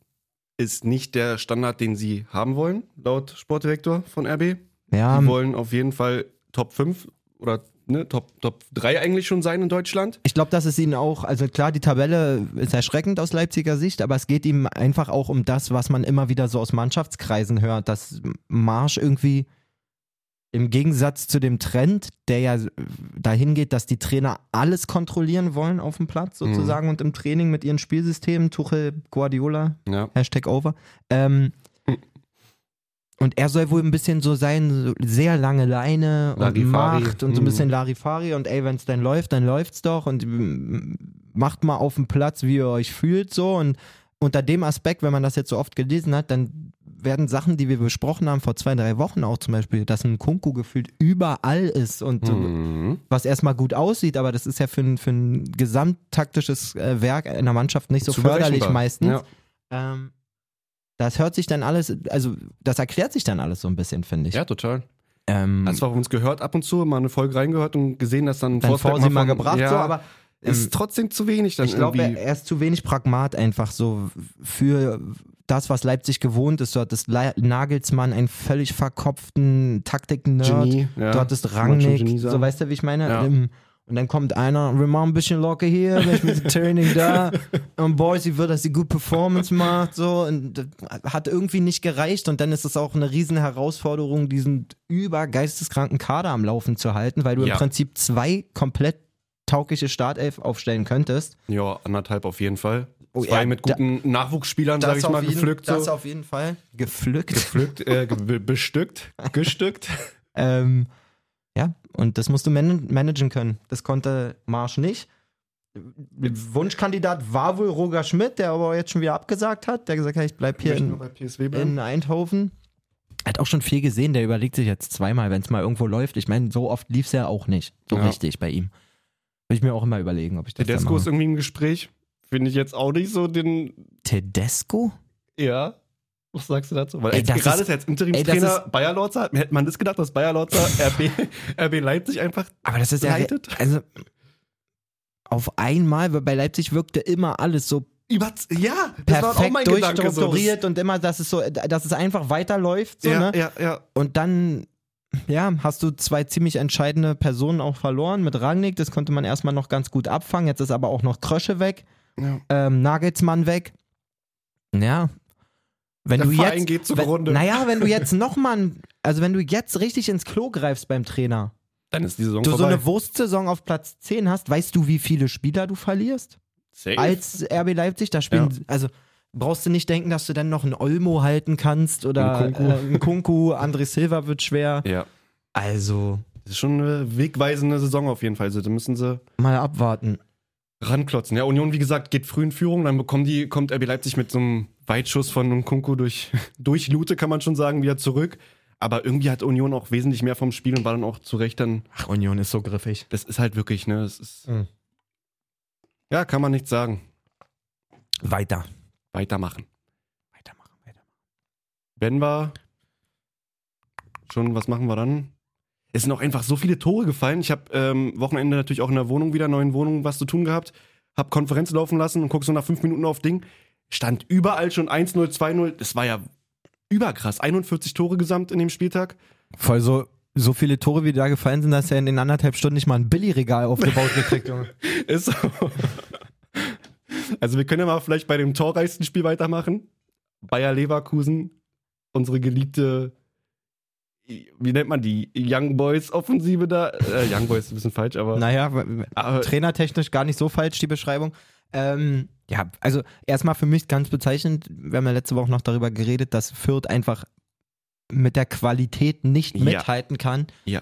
Speaker 2: Ist nicht der Standard, den sie haben wollen, laut Sportdirektor von RB. Die
Speaker 1: Ja,
Speaker 2: wollen auf jeden Fall Top 5 oder ne, Top, Top 3 eigentlich schon sein in Deutschland.
Speaker 1: ich glaube, dass es ihnen auch, also klar, die Tabelle ist erschreckend aus Leipziger Sicht, aber es geht ihm einfach auch um das, was man immer wieder so aus Mannschaftskreisen hört, dass Marsch irgendwie im Gegensatz zu dem Trend, der ja dahin geht, dass die Trainer alles kontrollieren wollen auf dem Platz sozusagen und im Training mit ihren Spielsystemen, Tuchel, Guardiola,
Speaker 2: Ja.
Speaker 1: Hashtag over. Ähm,
Speaker 2: Hm.
Speaker 1: und er soll wohl ein bisschen so sein, so sehr lange Leine und
Speaker 2: Larifari.
Speaker 1: Macht und so ein
Speaker 2: Hm.
Speaker 1: bisschen Larifari und ey, wenn es dann läuft, dann läuft's doch und mm, macht mal auf dem Platz, wie ihr euch fühlt so und unter dem Aspekt, wenn man das jetzt so oft gelesen hat, dann werden Sachen, die wir besprochen haben vor zwei, drei Wochen auch zum Beispiel, dass ein Kunku gefühlt überall ist und so
Speaker 2: Hm. Mhm.
Speaker 1: was erstmal gut aussieht, aber das ist ja für ein, für ein gesamttaktisches äh, Werk einer Mannschaft nicht so
Speaker 2: Zu
Speaker 1: förderlich
Speaker 2: berechenbar.
Speaker 1: meistens.
Speaker 2: Ja.
Speaker 1: Ähm, das hört sich dann alles, also das erklärt sich dann alles so ein bisschen, finde ich.
Speaker 2: ja, total.
Speaker 1: Ähm,
Speaker 2: Also wir uns gehört ab und zu, mal eine Folge reingehört und gesehen, dass dann,
Speaker 1: dann
Speaker 2: Forsberg
Speaker 1: vor sie mal
Speaker 2: von-
Speaker 1: gebracht,
Speaker 2: ja,
Speaker 1: so, aber ähm,
Speaker 2: ist trotzdem zu wenig dann
Speaker 1: ich glaube,
Speaker 2: irgendwie.
Speaker 1: er ist zu wenig Pragmat einfach so für das, was Leipzig gewohnt ist. Du hattest Le Nagelsmann, einen völlig verkopften Taktik-Nerd.
Speaker 2: Genie, ja.
Speaker 1: Du hattest
Speaker 2: Kann man schon Genie
Speaker 1: Rangnick,
Speaker 2: sagen.
Speaker 1: so weißt du, wie ich meine?
Speaker 2: Ja.
Speaker 1: Ähm, Und dann kommt einer, wir machen ein bisschen locker hier, dann spielt Training da. Und Boys, sie wird, dass sie gut Performance macht, so. Und das hat irgendwie nicht gereicht. Und dann ist es auch eine riesen Herausforderung, diesen übergeisteskranken Kader am Laufen zu halten, weil du
Speaker 2: Ja.
Speaker 1: im Prinzip zwei komplett taugliche Startelf aufstellen könntest.
Speaker 2: Ja, anderthalb auf jeden Fall.
Speaker 1: Oh,
Speaker 2: Zwei
Speaker 1: ja,
Speaker 2: mit
Speaker 1: da-
Speaker 2: guten Nachwuchsspielern, sag ich
Speaker 1: auf
Speaker 2: mal,
Speaker 1: jeden,
Speaker 2: gepflückt.
Speaker 1: das
Speaker 2: so.
Speaker 1: auf jeden Fall. Gepflückt.
Speaker 2: Gepflückt, äh, ge be- bestückt, gestückt.
Speaker 1: Ähm, ja, und das musst du man managen können. Das konnte Marsch nicht. Wunschkandidat war wohl Roger Schmidt, der aber jetzt schon wieder abgesagt hat. Der gesagt hat, ich bleib hier in,
Speaker 2: PSW
Speaker 1: in Eindhoven. Hat auch schon viel gesehen, der überlegt sich jetzt zweimal, wenn es mal irgendwo läuft. Ich meine, so oft lief es ja auch nicht. So
Speaker 2: Ja.
Speaker 1: richtig bei ihm. Würde ich mir auch immer überlegen, ob ich das
Speaker 2: Tedesco ist
Speaker 1: da mache.
Speaker 2: irgendwie im Gespräch. Finde ich jetzt auch nicht so den.
Speaker 1: Tedesco?
Speaker 2: Ja. Was sagst du dazu? Weil
Speaker 1: Ey,
Speaker 2: als,
Speaker 1: das
Speaker 2: gerade
Speaker 1: ist-
Speaker 2: ist jetzt
Speaker 1: ey, das
Speaker 2: Interimstrainer Bayer Lorzer, hätte man das gedacht, dass Bayer Lorzer RB, RB Leipzig einfach
Speaker 1: Aber das ist ja.
Speaker 2: Leitet?
Speaker 1: Also, auf einmal, weil bei Leipzig wirkte immer alles so
Speaker 2: über. Ja, das war auch
Speaker 1: perfekt
Speaker 2: mein Gedanke. So.
Speaker 1: durchstrukturiert und immer, dass es so, dass es einfach weiterläuft. So,
Speaker 2: ja,
Speaker 1: ne?
Speaker 2: ja, ja.
Speaker 1: Und dann, ja, hast du zwei ziemlich entscheidende Personen auch verloren mit Rangnick. Das konnte man erstmal noch ganz gut abfangen. Jetzt ist aber auch noch Krösche weg,
Speaker 2: ja.
Speaker 1: ähm, Nagelsmann weg. Ja. Wenn
Speaker 2: Der
Speaker 1: du
Speaker 2: Verein
Speaker 1: jetzt,
Speaker 2: geht zugrunde.
Speaker 1: wenn, naja, wenn du jetzt nochmal, also wenn du jetzt richtig ins Klo greifst beim Trainer,
Speaker 2: Dann ist die Saison
Speaker 1: du so
Speaker 2: vorbei.
Speaker 1: eine Wurstsaison auf Platz 10 hast, weißt du, wie viele Spieler du verlierst?
Speaker 2: Safe.
Speaker 1: als RB Leipzig. Da spielen, also brauchst du nicht denken, dass du dann noch einen Olmo halten kannst oder einen
Speaker 2: Einen Kunku.
Speaker 1: Kunku. Äh, einen Kunku André Silva wird schwer.
Speaker 2: ja.
Speaker 1: Also
Speaker 2: Das ist schon eine wegweisende Saison auf jeden Fall. Also da müssen sie
Speaker 1: mal abwarten.
Speaker 2: ranklotzen. Ja, Union, wie gesagt, geht früh in Führung, dann bekommen die, kommt RB Leipzig mit so einem Weitschuss von Nkunku durch, durch Lute, kann man schon sagen, wieder zurück. Aber irgendwie hat Union auch wesentlich mehr vom Spiel und war dann auch zu Recht dann,
Speaker 1: Ach, Union ist so griffig.
Speaker 2: das ist halt wirklich, ne, das ist
Speaker 1: Mhm.
Speaker 2: Ja, kann man nichts sagen.
Speaker 1: Weiter.
Speaker 2: Weitermachen.
Speaker 1: Weitermachen, weitermachen.
Speaker 2: Wenn wir schon, was machen wir dann? Es sind auch einfach so viele Tore gefallen. Ich habe ähm, Wochenende natürlich auch in der Wohnung wieder, neuen Wohnung, was zu tun gehabt. Hab Konferenz laufen lassen und guck so nach fünf Minuten auf Ding. Stand überall schon 1-0, 2-0. Das war ja überkrass. 41 Tore gesamt in dem Spieltag.
Speaker 1: Voll so, so viele Tore, wie da gefallen sind, dass er in den anderthalb Stunden nicht mal ein Billy-Regal aufgebaut gekriegt, Junge.
Speaker 2: Ist so. Also wir können ja mal vielleicht bei dem torreichsten Spiel weitermachen. Bayer Leverkusen, unsere geliebte, wie nennt man die, Young Boys Offensive da. Äh, Young Boys ist ein bisschen falsch, aber,
Speaker 1: Naja, w- w-
Speaker 2: aber
Speaker 1: trainertechnisch gar nicht so falsch, die Beschreibung. Ähm, ja, also erstmal für mich ganz bezeichnend, wir haben ja letzte Woche noch darüber geredet, dass Fürth einfach mit der Qualität nicht
Speaker 2: Ja.
Speaker 1: mithalten kann.
Speaker 2: Ja.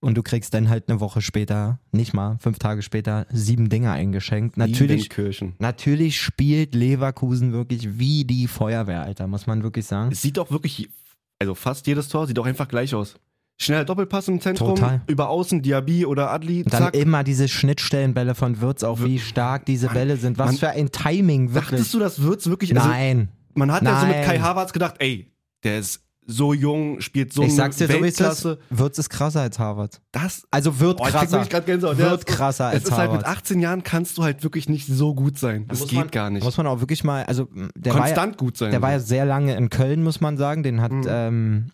Speaker 1: Und du kriegst dann halt eine Woche später, nicht mal, fünf Tage später, sieben Dinger eingeschenkt. Natürlich,
Speaker 2: Kirchen.
Speaker 1: natürlich spielt Leverkusen wirklich wie die Feuerwehr, Alter, muss man wirklich sagen.
Speaker 2: Es sieht auch wirklich, also fast jedes Tor sieht auch einfach gleich aus. Schneller Doppelpass im Zentrum,
Speaker 1: Total.
Speaker 2: über außen Diaby oder Adli,
Speaker 1: Und dann e-
Speaker 2: zack.
Speaker 1: immer diese Schnittstellenbälle von Würz, auch wie stark diese Bälle sind. Was
Speaker 2: Mann.
Speaker 1: für ein Timing, wirklich.
Speaker 2: Dachtest du, das wird's wirklich? Also,
Speaker 1: Nein.
Speaker 2: man hat ja so mit
Speaker 1: Nein.
Speaker 2: Kai Havertz gedacht, ey, der ist so jung, spielt so
Speaker 1: ich
Speaker 2: eine
Speaker 1: sag's dir so, wie es ist.
Speaker 2: Weltklasse.
Speaker 1: Würz ist krasser als Harvard.
Speaker 2: Das
Speaker 1: Also wird
Speaker 2: Oh, ich krieg
Speaker 1: krasser.
Speaker 2: wirklich grad Gänsehaut. Ja,
Speaker 1: Wird
Speaker 2: es ist-
Speaker 1: krasser
Speaker 2: Es
Speaker 1: als
Speaker 2: ist halt mit
Speaker 1: Harvard.
Speaker 2: 18 Jahren kannst du halt wirklich nicht so gut sein. Das
Speaker 1: Muss
Speaker 2: geht
Speaker 1: man-
Speaker 2: gar nicht.
Speaker 1: Muss man auch wirklich mal, also mh, der war ja,
Speaker 2: Konstant gut sein. Also,
Speaker 1: der war ja sehr lange in Köln, muss man sagen. Den hat
Speaker 2: Mhm.
Speaker 1: ähm,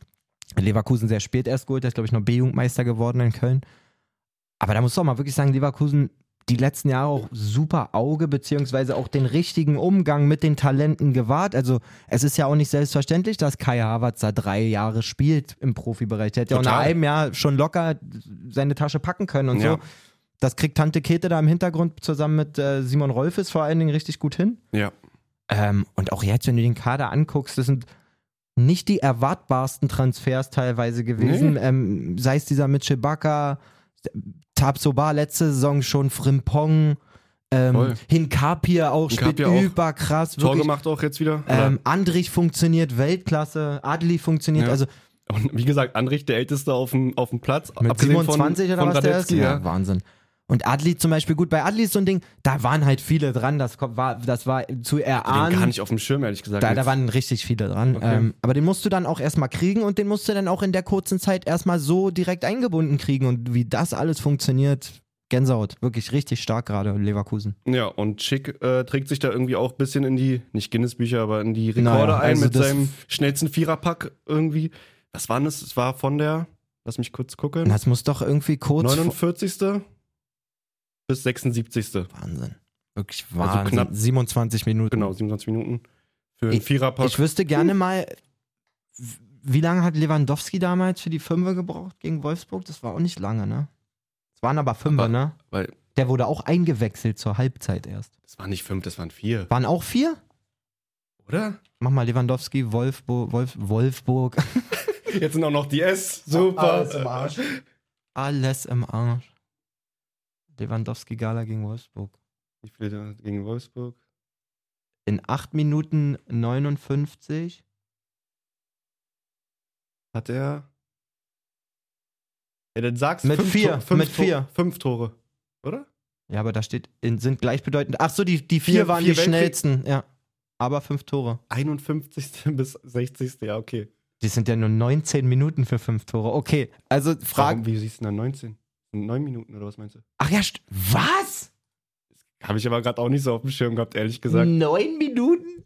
Speaker 1: Leverkusen sehr spät erst geholt. Der ist, glaube ich, noch B-Jugendmeister geworden in Köln. Aber da muss doch mal wirklich sagen, Leverkusen die letzten Jahre auch super Auge, beziehungsweise auch den richtigen Umgang mit den Talenten gewahrt. Also es ist ja auch nicht selbstverständlich, dass Kai Havertz da drei Jahre spielt im Profibereich. Der hätte ja auch nach
Speaker 2: Total.
Speaker 1: einem Jahr schon locker seine Tasche packen können und
Speaker 2: Ja.
Speaker 1: so. Das kriegt Tante Käthe da im Hintergrund zusammen mit äh, Simon Rolfes vor allen Dingen richtig gut hin.
Speaker 2: ja.
Speaker 1: Ähm, und auch jetzt, wenn du den Kader anguckst, das sind nicht die erwartbarsten Transfers teilweise gewesen. Ähm, sei es dieser Mitchell Bakker, Tabsoba letzte Saison schon, Frimpong, ähm,
Speaker 2: Voll.
Speaker 1: Hinkapir auch, spielt
Speaker 2: Hinkapie auch.
Speaker 1: überkrass.
Speaker 2: Tor
Speaker 1: Wirklich.
Speaker 2: gemacht auch jetzt wieder.
Speaker 1: Ähm, Andrich funktioniert, Weltklasse, Adli funktioniert,
Speaker 2: Ja.
Speaker 1: also
Speaker 2: Oder- und wie gesagt, Andrich der Älteste auf dem, auf dem Platz.
Speaker 1: mit
Speaker 2: abgesehen
Speaker 1: 27
Speaker 2: von,
Speaker 1: oder
Speaker 2: von
Speaker 1: was der ist.
Speaker 2: Radetzky, Ja.
Speaker 1: Wahnsinn. Und Adli zum Beispiel, gut, bei Adli ist so ein Ding, da waren halt viele dran, das ko- war, das war zu
Speaker 2: Den gar
Speaker 1: erahnen.
Speaker 2: nicht auf dem Schirm, ehrlich gesagt.
Speaker 1: Da, da
Speaker 2: jetzt.
Speaker 1: waren richtig viele dran.
Speaker 2: Okay.
Speaker 1: Ähm, aber den musst du dann auch erstmal kriegen und den musst du dann auch in der kurzen Zeit erstmal so direkt eingebunden kriegen. Und wie das alles funktioniert, Gänsehaut. Wirklich richtig stark gerade, Leverkusen.
Speaker 2: ja, und Schick äh, trägt sich da irgendwie auch ein bisschen in die, nicht Guinness-Bücher, aber in die Rekorde
Speaker 1: Naja,
Speaker 2: ein
Speaker 1: also
Speaker 2: mit
Speaker 1: das-
Speaker 2: seinem schnellsten Viererpack irgendwie. Was war denn das? Es war von der, lass mich kurz gucken,
Speaker 1: Und das muss doch irgendwie kurz. vor-
Speaker 2: 49. bis 76.
Speaker 1: Wahnsinn. Wirklich
Speaker 2: Also
Speaker 1: Wahnsinn.
Speaker 2: knapp-
Speaker 1: 27 Minuten.
Speaker 2: Genau, 27 Minuten für einen
Speaker 1: Ich-
Speaker 2: Viererpack.
Speaker 1: Ich wüsste gerne mal, w- wie lange hat Lewandowski damals für die Fünfe gebraucht gegen Wolfsburg? Das war auch nicht lange, ne? Es waren aber Fünfer,
Speaker 2: Aber-
Speaker 1: ne?
Speaker 2: weil-
Speaker 1: Der wurde auch eingewechselt zur Halbzeit erst.
Speaker 2: Das waren nicht fünf, das waren vier.
Speaker 1: Waren auch vier?
Speaker 2: Oder?
Speaker 1: Mach mal Lewandowski, Wolfbo Wolf Wolfsburg.
Speaker 2: Jetzt sind auch noch die S. Super.
Speaker 1: Alles im Ah, Arsch. Alles im Arsch. Lewandowski Gala gegen Wolfsburg.
Speaker 2: Wie viel da gegen Wolfsburg?
Speaker 1: In 8 Minuten 59.
Speaker 2: Hat er. Ja, dann sagst
Speaker 1: Mit vier,
Speaker 2: Tore- fünf
Speaker 1: mit
Speaker 2: Tore-
Speaker 1: vier.
Speaker 2: Fünf Tore. Oder?
Speaker 1: Ja, aber da steht, in, sind gleichbedeutend. Ach so, die, die vier,
Speaker 2: Vier-
Speaker 1: waren
Speaker 2: vier
Speaker 1: die
Speaker 2: Weltkrieg-
Speaker 1: schnellsten. Ja. Aber fünf Tore.
Speaker 2: 51. bis 60. Ja, okay.
Speaker 1: Das sind ja nur 19 Minuten für fünf Tore. Okay, also
Speaker 2: Warum,
Speaker 1: Fragen.
Speaker 2: wie siehst du denn da 19? Sind Neun Minuten oder was meinst du?
Speaker 1: Ach ja, st- was?
Speaker 2: Habe ich aber gerade auch nicht so auf dem Schirm gehabt, ehrlich gesagt.
Speaker 1: Neun Minuten?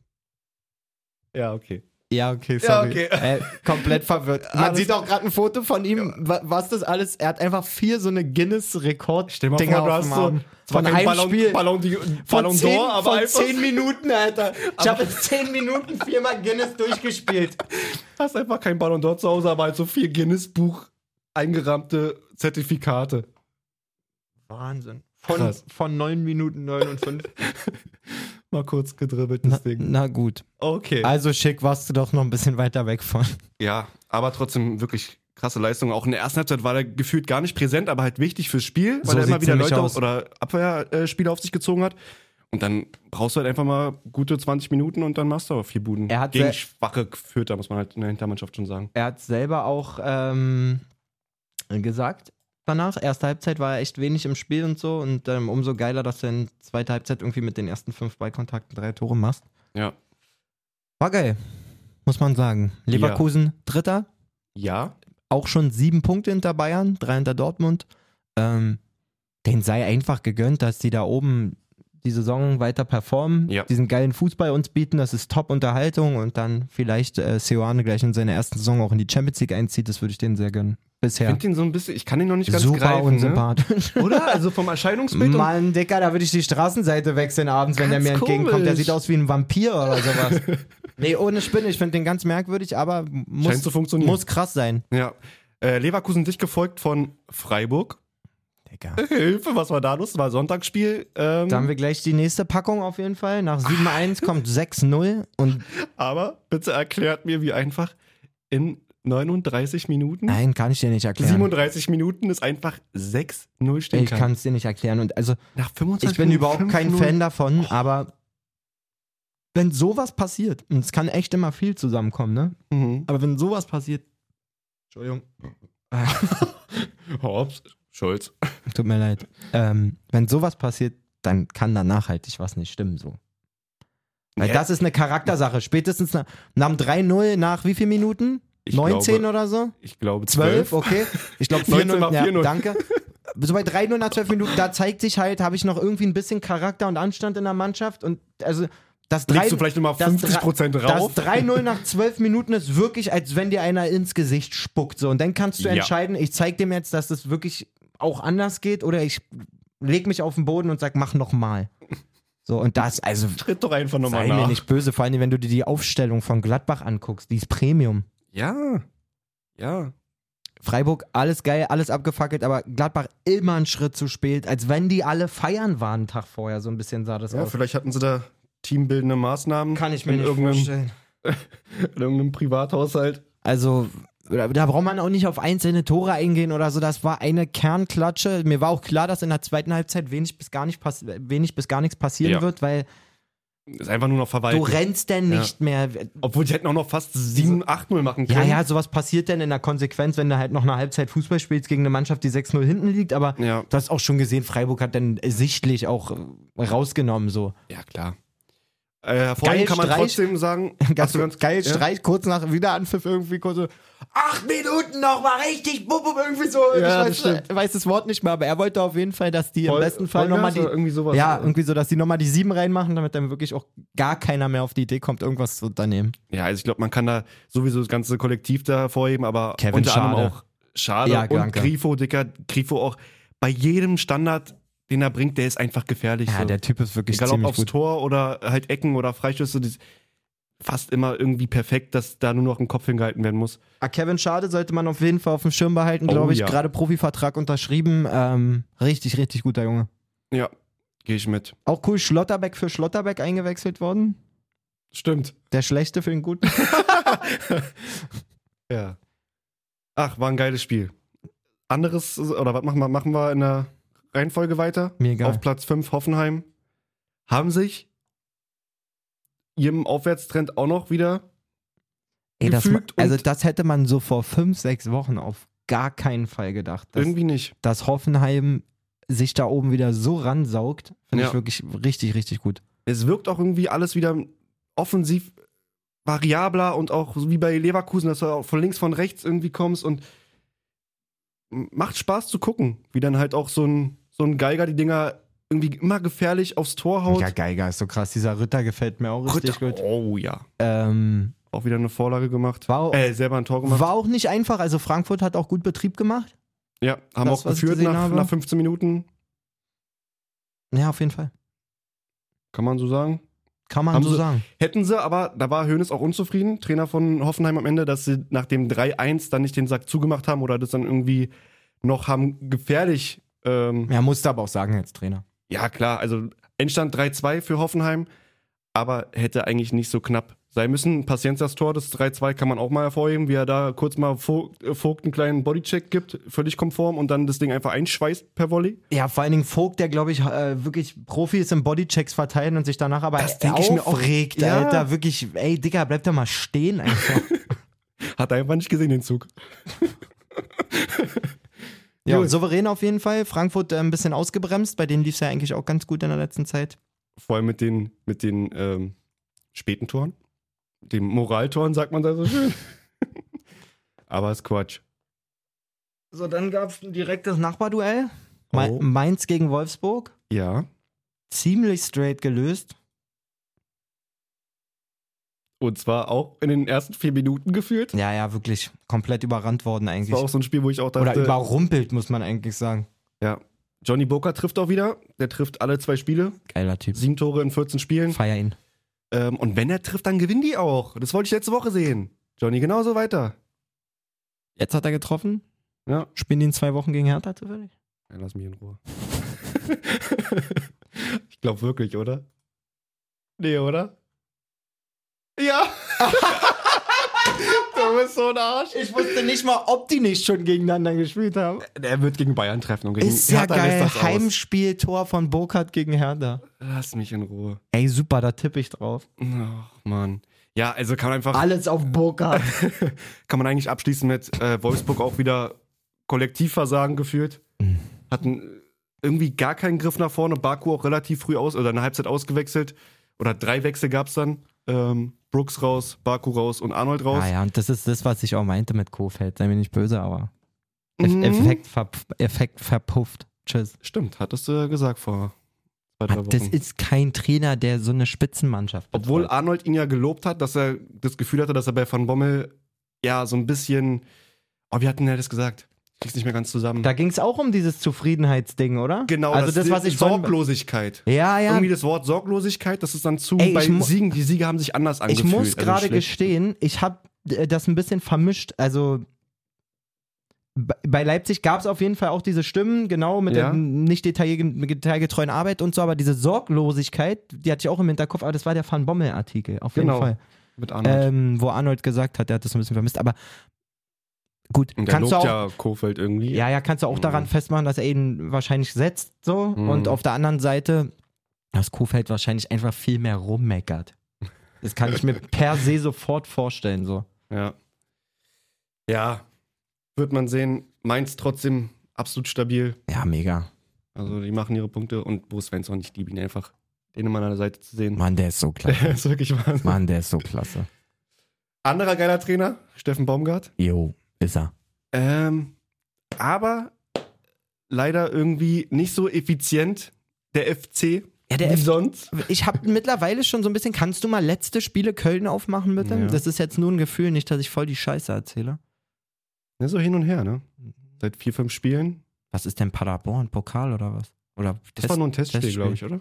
Speaker 2: Ja, okay.
Speaker 1: Ja, okay,
Speaker 2: Ja,
Speaker 1: sorry.
Speaker 2: okay.
Speaker 1: Äh, komplett verwirrt. Man
Speaker 2: Alles-
Speaker 1: sieht auch gerade ein Foto von ihm, wa- was das alles. Er hat einfach vier so eine Guinness-Rekord.
Speaker 2: Stell mal vor, du hast so. zwar
Speaker 1: Von
Speaker 2: kein
Speaker 1: einem
Speaker 2: Ballon,
Speaker 1: Spiel.
Speaker 2: Ballon, die,
Speaker 1: Von,
Speaker 2: Ballon
Speaker 1: zehn,
Speaker 2: d'Or, aber
Speaker 1: von
Speaker 2: einfach,
Speaker 1: zehn Minuten, Alter. Ich habe in zehn Minuten viermal Guinness durchgespielt.
Speaker 2: hast einfach kein Ballon d'Or zu Hause, aber halt so vier Guinness-Buch eingerahmte Zertifikate.
Speaker 1: Wahnsinn. Von,
Speaker 2: Krass.
Speaker 1: von 9 Minuten 59.
Speaker 2: Mal kurz gedribbelt,
Speaker 1: Na,
Speaker 2: das Ding.
Speaker 1: na gut.
Speaker 2: Okay.
Speaker 1: Also schick warst du doch noch ein bisschen weiter weg von.
Speaker 2: Ja, aber trotzdem wirklich krasse Leistung. Auch in der ersten Halbzeit war er gefühlt gar nicht präsent, aber halt wichtig fürs Spiel, weil
Speaker 1: So
Speaker 2: er immer
Speaker 1: sieht's
Speaker 2: wieder
Speaker 1: nämlich
Speaker 2: Leute
Speaker 1: aus.
Speaker 2: aus. oder Abwehrspiele auf sich gezogen hat. Und dann brauchst du halt einfach mal gute 20 Minuten und dann machst du auch vier Buden.
Speaker 1: Er hat sehr-
Speaker 2: Gegen schwache Fürther, muss man halt in der Hintermannschaft schon sagen.
Speaker 1: Er hat selber auch ähm, gesagt, danach. Erste Halbzeit war er echt wenig im Spiel und so. Und ähm, umso geiler, dass du in zweiter Halbzeit irgendwie mit den ersten fünf Ballkontakten drei Tore machst.
Speaker 2: Ja.
Speaker 1: War geil, muss man sagen. Leverkusen Dritter,
Speaker 2: Ja.
Speaker 1: auch schon sieben Punkte hinter Bayern, drei hinter Dortmund. Ähm, den sei einfach gegönnt, dass die da oben die Saison weiter performen,
Speaker 2: Ja.
Speaker 1: diesen geilen Fußball uns bieten, das ist Top-Unterhaltung und dann vielleicht äh, Seoane gleich in seiner ersten Saison auch in die Champions League einzieht, das würde ich denen sehr gönnen.
Speaker 2: Ich
Speaker 1: Bisher
Speaker 2: finde den so ein bisschen, ich kann den noch nicht ganz
Speaker 1: super
Speaker 2: greifen. Ne?
Speaker 1: unsympathisch.
Speaker 2: Oder? Also vom Erscheinungsbild und
Speaker 1: Hm. Mann, Dicker, da würde ich die Straßenseite wechseln abends, wenn der
Speaker 2: Ganz
Speaker 1: mir entgegenkommt. Der
Speaker 2: komisch.
Speaker 1: sieht aus wie ein Vampir oder sowas. nee, ohne Spinne. Ich finde den ganz merkwürdig, aber muss,
Speaker 2: scheint zu funktionieren.
Speaker 1: muss krass sein.
Speaker 2: Ja. Äh, Leverkusen dicht gefolgt von Freiburg.
Speaker 1: Dicker.
Speaker 2: Hilfe, was war da los? War Sonntagsspiel. Ähm,
Speaker 1: Da haben wir gleich die nächste Packung auf jeden Fall. Nach 7-1 kommt 6-0 und
Speaker 2: aber bitte erklärt mir, wie einfach in 39 Minuten,
Speaker 1: nein, kann ich dir nicht erklären.
Speaker 2: 37 Minuten ist einfach 6-0 stehen
Speaker 1: Ich
Speaker 2: kann.
Speaker 1: kann es dir nicht erklären. Und also,
Speaker 2: Nach 25
Speaker 1: ich bin
Speaker 2: Minuten
Speaker 1: überhaupt kein
Speaker 2: 5-0.
Speaker 1: Fan davon, aber wenn sowas passiert, und es kann echt immer viel zusammenkommen, ne?
Speaker 2: Mhm.
Speaker 1: Aber wenn sowas passiert. Entschuldigung.
Speaker 2: Hobbs, Schulz.
Speaker 1: Tut mir leid. Ähm, wenn sowas passiert, dann kann da nachhaltig was nicht stimmen. So. Weil
Speaker 2: Ja.
Speaker 1: das ist eine Charaktersache. Spätestens nach, nach dem 3-0 nach wie viel Minuten?
Speaker 2: Ich
Speaker 1: 19
Speaker 2: glaube-
Speaker 1: oder so?
Speaker 2: Ich glaube
Speaker 1: 12,
Speaker 2: 12.
Speaker 1: okay. Ich glaube
Speaker 2: 19
Speaker 1: 4-0.
Speaker 2: nach
Speaker 1: Ja,
Speaker 2: 4-0.
Speaker 1: danke. So bei 3-0 nach 12 Minuten, da zeigt sich halt, habe ich noch irgendwie ein bisschen Charakter und Anstand in der Mannschaft. Und also das 3
Speaker 2: Legst du vielleicht nochmal
Speaker 1: das
Speaker 2: 50 Prozent
Speaker 1: das
Speaker 2: rauf?
Speaker 1: 3-0 nach 12 Minuten ist wirklich, als wenn dir einer ins Gesicht spuckt. So. Und dann kannst du
Speaker 2: Ja.
Speaker 1: entscheiden, ich zeig dem jetzt, dass es wirklich auch anders geht oder ich leg mich auf den Boden und sag, mach nochmal. So, und das, also
Speaker 2: Tritt doch einfach
Speaker 1: sei
Speaker 2: nochmal
Speaker 1: mir
Speaker 2: nach.
Speaker 1: nicht böse, vor allem, wenn du dir die Aufstellung von Gladbach anguckst, die ist Premium.
Speaker 2: Ja. Ja.
Speaker 1: Freiburg, alles geil, alles abgefackelt, aber Gladbach immer einen Schritt zu spät, als wenn die alle feiern waren einen Tag vorher, so ein bisschen sah das
Speaker 2: Ja,
Speaker 1: aus.
Speaker 2: vielleicht hatten sie da teambildende Maßnahmen.
Speaker 1: Kann ich mir
Speaker 2: in
Speaker 1: nicht
Speaker 2: irgendeinem,
Speaker 1: vorstellen.
Speaker 2: In irgendeinem Privathaushalt.
Speaker 1: Also, da, da braucht man auch nicht auf einzelne Tore eingehen oder so. Das war eine Kernklatsche. Mir war auch klar, dass in der zweiten Halbzeit wenig bis gar, nicht pass wenig bis gar nichts passieren
Speaker 2: Ja.
Speaker 1: wird, weil
Speaker 2: Ist einfach nur noch
Speaker 1: du
Speaker 2: verwaltet.
Speaker 1: rennst denn
Speaker 2: Ja.
Speaker 1: nicht mehr.
Speaker 2: Obwohl, die hätten auch noch fast 7, 8-0 machen
Speaker 1: Ja,
Speaker 2: können.
Speaker 1: ja, sowas passiert denn in der Konsequenz, wenn du halt noch eine Halbzeit Fußball spielst gegen eine Mannschaft, die 6-0 hinten liegt. Aber
Speaker 2: Ja.
Speaker 1: du hast auch schon gesehen, Freiburg hat dann sichtlich auch äh, rausgenommen so.
Speaker 2: Ja, klar. Äh, hervorheben
Speaker 1: Geil
Speaker 2: kann man
Speaker 1: Streich.
Speaker 2: trotzdem sagen.
Speaker 1: Ganz,
Speaker 2: Hast du ganz-
Speaker 1: geil,
Speaker 2: ja?
Speaker 1: Streich, kurz nach Wiederanpfiff irgendwie kurz so, acht Minuten noch mal richtig, bum, bum, irgendwie so.
Speaker 2: Ja, das
Speaker 1: ich weiß,
Speaker 2: stimmt.
Speaker 1: weiß das Wort nicht mehr, aber er wollte auf jeden Fall, dass die
Speaker 2: Voll-
Speaker 1: im besten Fall
Speaker 2: Vollgas
Speaker 1: nochmal die,
Speaker 2: also oder irgendwie sowas.
Speaker 1: ja, irgendwie so, dass die nochmal die sieben reinmachen, damit dann wirklich auch gar keiner mehr auf die Idee kommt, irgendwas zu unternehmen.
Speaker 2: Ja, also ich glaube, man kann da sowieso das ganze Kollektiv da hervorheben, aber
Speaker 1: Kevin
Speaker 2: unter
Speaker 1: Schade.
Speaker 2: anderem auch Schade
Speaker 1: Ja,
Speaker 2: und
Speaker 1: danke.
Speaker 2: Grifo, Dicker, Grifo auch bei jedem Standard, den er bringt, der ist einfach gefährlich.
Speaker 1: Ja,
Speaker 2: so.
Speaker 1: der Typ ist wirklich
Speaker 2: Egal ob
Speaker 1: ziemlich
Speaker 2: aufs
Speaker 1: gut.
Speaker 2: Tor oder halt Ecken oder Freischüsse, die ist fast immer irgendwie perfekt, dass da nur noch ein Kopf hingehalten werden muss.
Speaker 1: Ah, Kevin Schade sollte man auf jeden Fall auf dem Schirm behalten,
Speaker 2: Oh,
Speaker 1: glaube ich.
Speaker 2: ja.
Speaker 1: Gerade Profivertrag unterschrieben. Ähm, richtig, richtig guter Junge.
Speaker 2: Ja, gehe ich mit.
Speaker 1: Auch cool, Schlotterbeck für Schlotterbeck eingewechselt worden.
Speaker 2: Stimmt.
Speaker 1: Der Schlechte für den Guten.
Speaker 2: Ja. Ach, war ein geiles Spiel. Anderes, oder was machen wir, machen wir in der Reihenfolge weiter?
Speaker 1: Mir egal.
Speaker 2: Auf Platz 5 Hoffenheim. Haben sich ihrem Aufwärtstrend auch noch wieder.
Speaker 1: Ey, das,
Speaker 2: gefügt
Speaker 1: ma- also
Speaker 2: und-
Speaker 1: das hätte man so vor fünf, sechs Wochen auf gar keinen Fall gedacht. Dass,
Speaker 2: irgendwie nicht.
Speaker 1: dass Hoffenheim sich da oben wieder so ransaugt, finde ich
Speaker 2: Ja.
Speaker 1: wirklich richtig, richtig gut.
Speaker 2: Es wirkt auch irgendwie alles wieder offensiv variabler und auch so wie bei Leverkusen, dass du auch von links, von rechts irgendwie kommst und macht Spaß zu gucken, wie dann halt auch so ein, so ein Geiger die Dinger irgendwie immer gefährlich aufs Tor haut.
Speaker 1: Ja, Geiger ist so krass. Dieser Ritter gefällt mir auch richtig
Speaker 2: Ritter-
Speaker 1: gut.
Speaker 2: Oh ja.
Speaker 1: Ähm,
Speaker 2: Auch wieder eine Vorlage gemacht.
Speaker 1: war,
Speaker 2: Äh, selber ein Tor gemacht.
Speaker 1: war auch nicht einfach. Also Frankfurt hat auch gut Betrieb gemacht.
Speaker 2: ja, haben
Speaker 1: das,
Speaker 2: auch
Speaker 1: was ich
Speaker 2: geführt
Speaker 1: gesehen
Speaker 2: nach,
Speaker 1: habe.
Speaker 2: nach 15 Minuten,
Speaker 1: Ja, auf jeden Fall.
Speaker 2: kann man so sagen.
Speaker 1: Kann man
Speaker 2: Haben
Speaker 1: so
Speaker 2: sie-
Speaker 1: sagen.
Speaker 2: Hätten sie, aber da war Hoeneß auch unzufrieden, Trainer von Hoffenheim am Ende, dass sie nach dem 3-1 dann nicht den Sack zugemacht haben oder das dann irgendwie noch haben gefährlich. Ähm,
Speaker 1: Ja, musste aber auch sagen jetzt Trainer.
Speaker 2: ja, klar, also Endstand 3-2 für Hoffenheim, aber hätte eigentlich nicht so knapp sein müssen. Paciencias Tor, das 3-2 kann man auch mal hervorheben, wie er da kurz mal Vogt, äh, Vogt einen kleinen Bodycheck gibt, völlig konform und dann das Ding einfach einschweißt per Volley.
Speaker 1: Ja, vor allen Dingen Vogt, der glaube ich äh, wirklich Profi ist im Bodychecks verteilen und sich danach aber
Speaker 2: Das denke ich mir auch.
Speaker 1: aufregt,
Speaker 2: Ja.
Speaker 1: Alter. Wirklich, ey, Dicker, bleib doch mal stehen einfach.
Speaker 2: Hat er einfach nicht gesehen, den Zug.
Speaker 1: Ja,
Speaker 2: Gut.
Speaker 1: souverän auf jeden Fall. Frankfurt äh, ein bisschen ausgebremst. Bei denen lief es ja eigentlich auch ganz gut in der letzten Zeit.
Speaker 2: Vor allem mit den, mit den ähm, späten Toren. Den Moraltoren, sagt man da so schön. Aber ist Quatsch.
Speaker 1: So, dann gab es ein direktes Nachbarduell. Ma-
Speaker 2: Oh.
Speaker 1: Mainz gegen Wolfsburg.
Speaker 2: Ja.
Speaker 1: Ziemlich straight gelöst.
Speaker 2: Und zwar auch in den ersten vier Minuten geführt.
Speaker 1: Ja, ja, wirklich komplett überrannt worden
Speaker 2: Das
Speaker 1: eigentlich.
Speaker 2: war auch so ein Spiel, wo ich auch dachte,
Speaker 1: Oder überrumpelt, muss man eigentlich sagen.
Speaker 2: ja. Johnny Boca trifft auch wieder. Der trifft alle zwei Spiele.
Speaker 1: Geiler Typ.
Speaker 2: Sieben Tore in 14 Spielen.
Speaker 1: Feier ihn.
Speaker 2: Ähm, und wenn er trifft, dann gewinnen die auch. Das wollte ich letzte Woche sehen. Johnny genauso weiter.
Speaker 1: Jetzt hat er getroffen.
Speaker 2: Ja.
Speaker 1: Spielen die in zwei Wochen gegen Hertha zufällig?
Speaker 2: Ja, lass mich in Ruhe. ich glaube wirklich, oder? Nee, oder? Ja! du bist so ein Arsch.
Speaker 1: Ich wusste nicht mal, ob die nicht schon gegeneinander gespielt haben.
Speaker 2: Er wird gegen Bayern treffen und gegen
Speaker 1: Ist ja
Speaker 2: Hm, Hertha
Speaker 1: geil.
Speaker 2: lässt das aus.
Speaker 1: Heimspieltor von Burkhardt gegen Hertha.
Speaker 2: Lass mich in Ruhe.
Speaker 1: Ey, super, da tippe ich drauf.
Speaker 2: Ach, Mann. Ja, also kann man einfach.
Speaker 1: Alles auf Burkhardt.
Speaker 2: kann man eigentlich abschließen mit äh, Wolfsburg auch wieder Kollektivversagen geführt.
Speaker 1: Mhm.
Speaker 2: Hatten äh, irgendwie gar keinen Griff nach vorne. Baku auch relativ früh aus oder eine Halbzeit ausgewechselt. Oder drei Wechsel gab es dann. Ähm, Brooks raus, Baku raus und Arnold raus.
Speaker 1: Ah ja, und das ist das, was ich auch meinte mit Kofeld. Sei mir nicht böse, aber
Speaker 2: Mhm.
Speaker 1: Eff- Effekt, verp Effekt verpufft. Tschüss. Ah,
Speaker 2: Stimmt, hattest du gesagt vor zwei, drei
Speaker 1: Das
Speaker 2: Wochen.
Speaker 1: ist kein Trainer, der so eine Spitzenmannschaft
Speaker 2: Obwohl
Speaker 1: betreut.
Speaker 2: Arnold ihn ja gelobt hat, dass er das Gefühl hatte, dass er bei Van Bommel ja so ein bisschen. Oh, wie hat denn er das gesagt? Ich krieg's nicht mehr ganz zusammen.
Speaker 1: Da ging es auch um dieses Zufriedenheitsding, oder?
Speaker 2: genau,
Speaker 1: also das, was ich vorhin-
Speaker 2: Sorglosigkeit.
Speaker 1: Ja, ja.
Speaker 2: irgendwie das Wort Sorglosigkeit, das ist dann zu
Speaker 1: Ey,
Speaker 2: bei
Speaker 1: ich mu-
Speaker 2: Siegen, die Siege haben sich anders
Speaker 1: Ich
Speaker 2: angefühlt. Also
Speaker 1: muss gerade
Speaker 2: schlecht.
Speaker 1: gestehen, ich habe das ein bisschen vermischt. Also bei- bei Leipzig gab es auf jeden Fall auch diese Stimmen, genau, mit
Speaker 2: Ja.
Speaker 1: der nicht detailge- detailgetreuen Arbeit und so, aber diese Sorglosigkeit, die hatte ich auch im Hinterkopf, aber das war der Van Bommel-Artikel, auf jeden
Speaker 2: Genau.
Speaker 1: Fall.
Speaker 2: mit Arnold.
Speaker 1: Ähm, wo Arnold gesagt hat, er hat das ein bisschen vermisst, aber gut,
Speaker 2: Und der
Speaker 1: kannst du
Speaker 2: lobt
Speaker 1: auch.
Speaker 2: ja Kofeld irgendwie.
Speaker 1: Ja, ja, kannst du auch
Speaker 2: Mhm.
Speaker 1: daran festmachen, dass er ihn wahrscheinlich setzt, so.
Speaker 2: Mhm.
Speaker 1: Und auf der anderen Seite, dass Kofeld wahrscheinlich einfach viel mehr rummeckert. Das kann ich mir per se sofort vorstellen, so.
Speaker 2: ja. Ja. Wird man sehen. Mainz trotzdem absolut stabil.
Speaker 1: Ja, mega.
Speaker 2: Also die machen ihre Punkte und Bo Svensson, ich liebe ihn einfach, den immer an der Seite zu sehen.
Speaker 1: Mann, der ist so klasse.
Speaker 2: Der ist wirklich Wahnsinn.
Speaker 1: Mann, der ist so klasse.
Speaker 2: Anderer geiler Trainer, Steffen Baumgart.
Speaker 1: Jo, ist er.
Speaker 2: Ähm, aber leider irgendwie nicht so effizient, der FC,
Speaker 1: Ja,
Speaker 2: wie
Speaker 1: der F
Speaker 2: sonst.
Speaker 1: ich habe mittlerweile schon so ein bisschen, kannst du mal letzte Spiele Köln aufmachen, bitte?
Speaker 2: Ja.
Speaker 1: Das ist jetzt nur ein Gefühl, nicht, dass ich voll die Scheiße erzähle.
Speaker 2: Ja, so hin und her, ne?
Speaker 1: Mhm.
Speaker 2: Seit vier, fünf Spielen
Speaker 1: Was ist denn Paderborn? Pokal oder was? Oder
Speaker 2: Das war nur ein Testspiel,
Speaker 1: Testspiel.
Speaker 2: glaube ich, oder?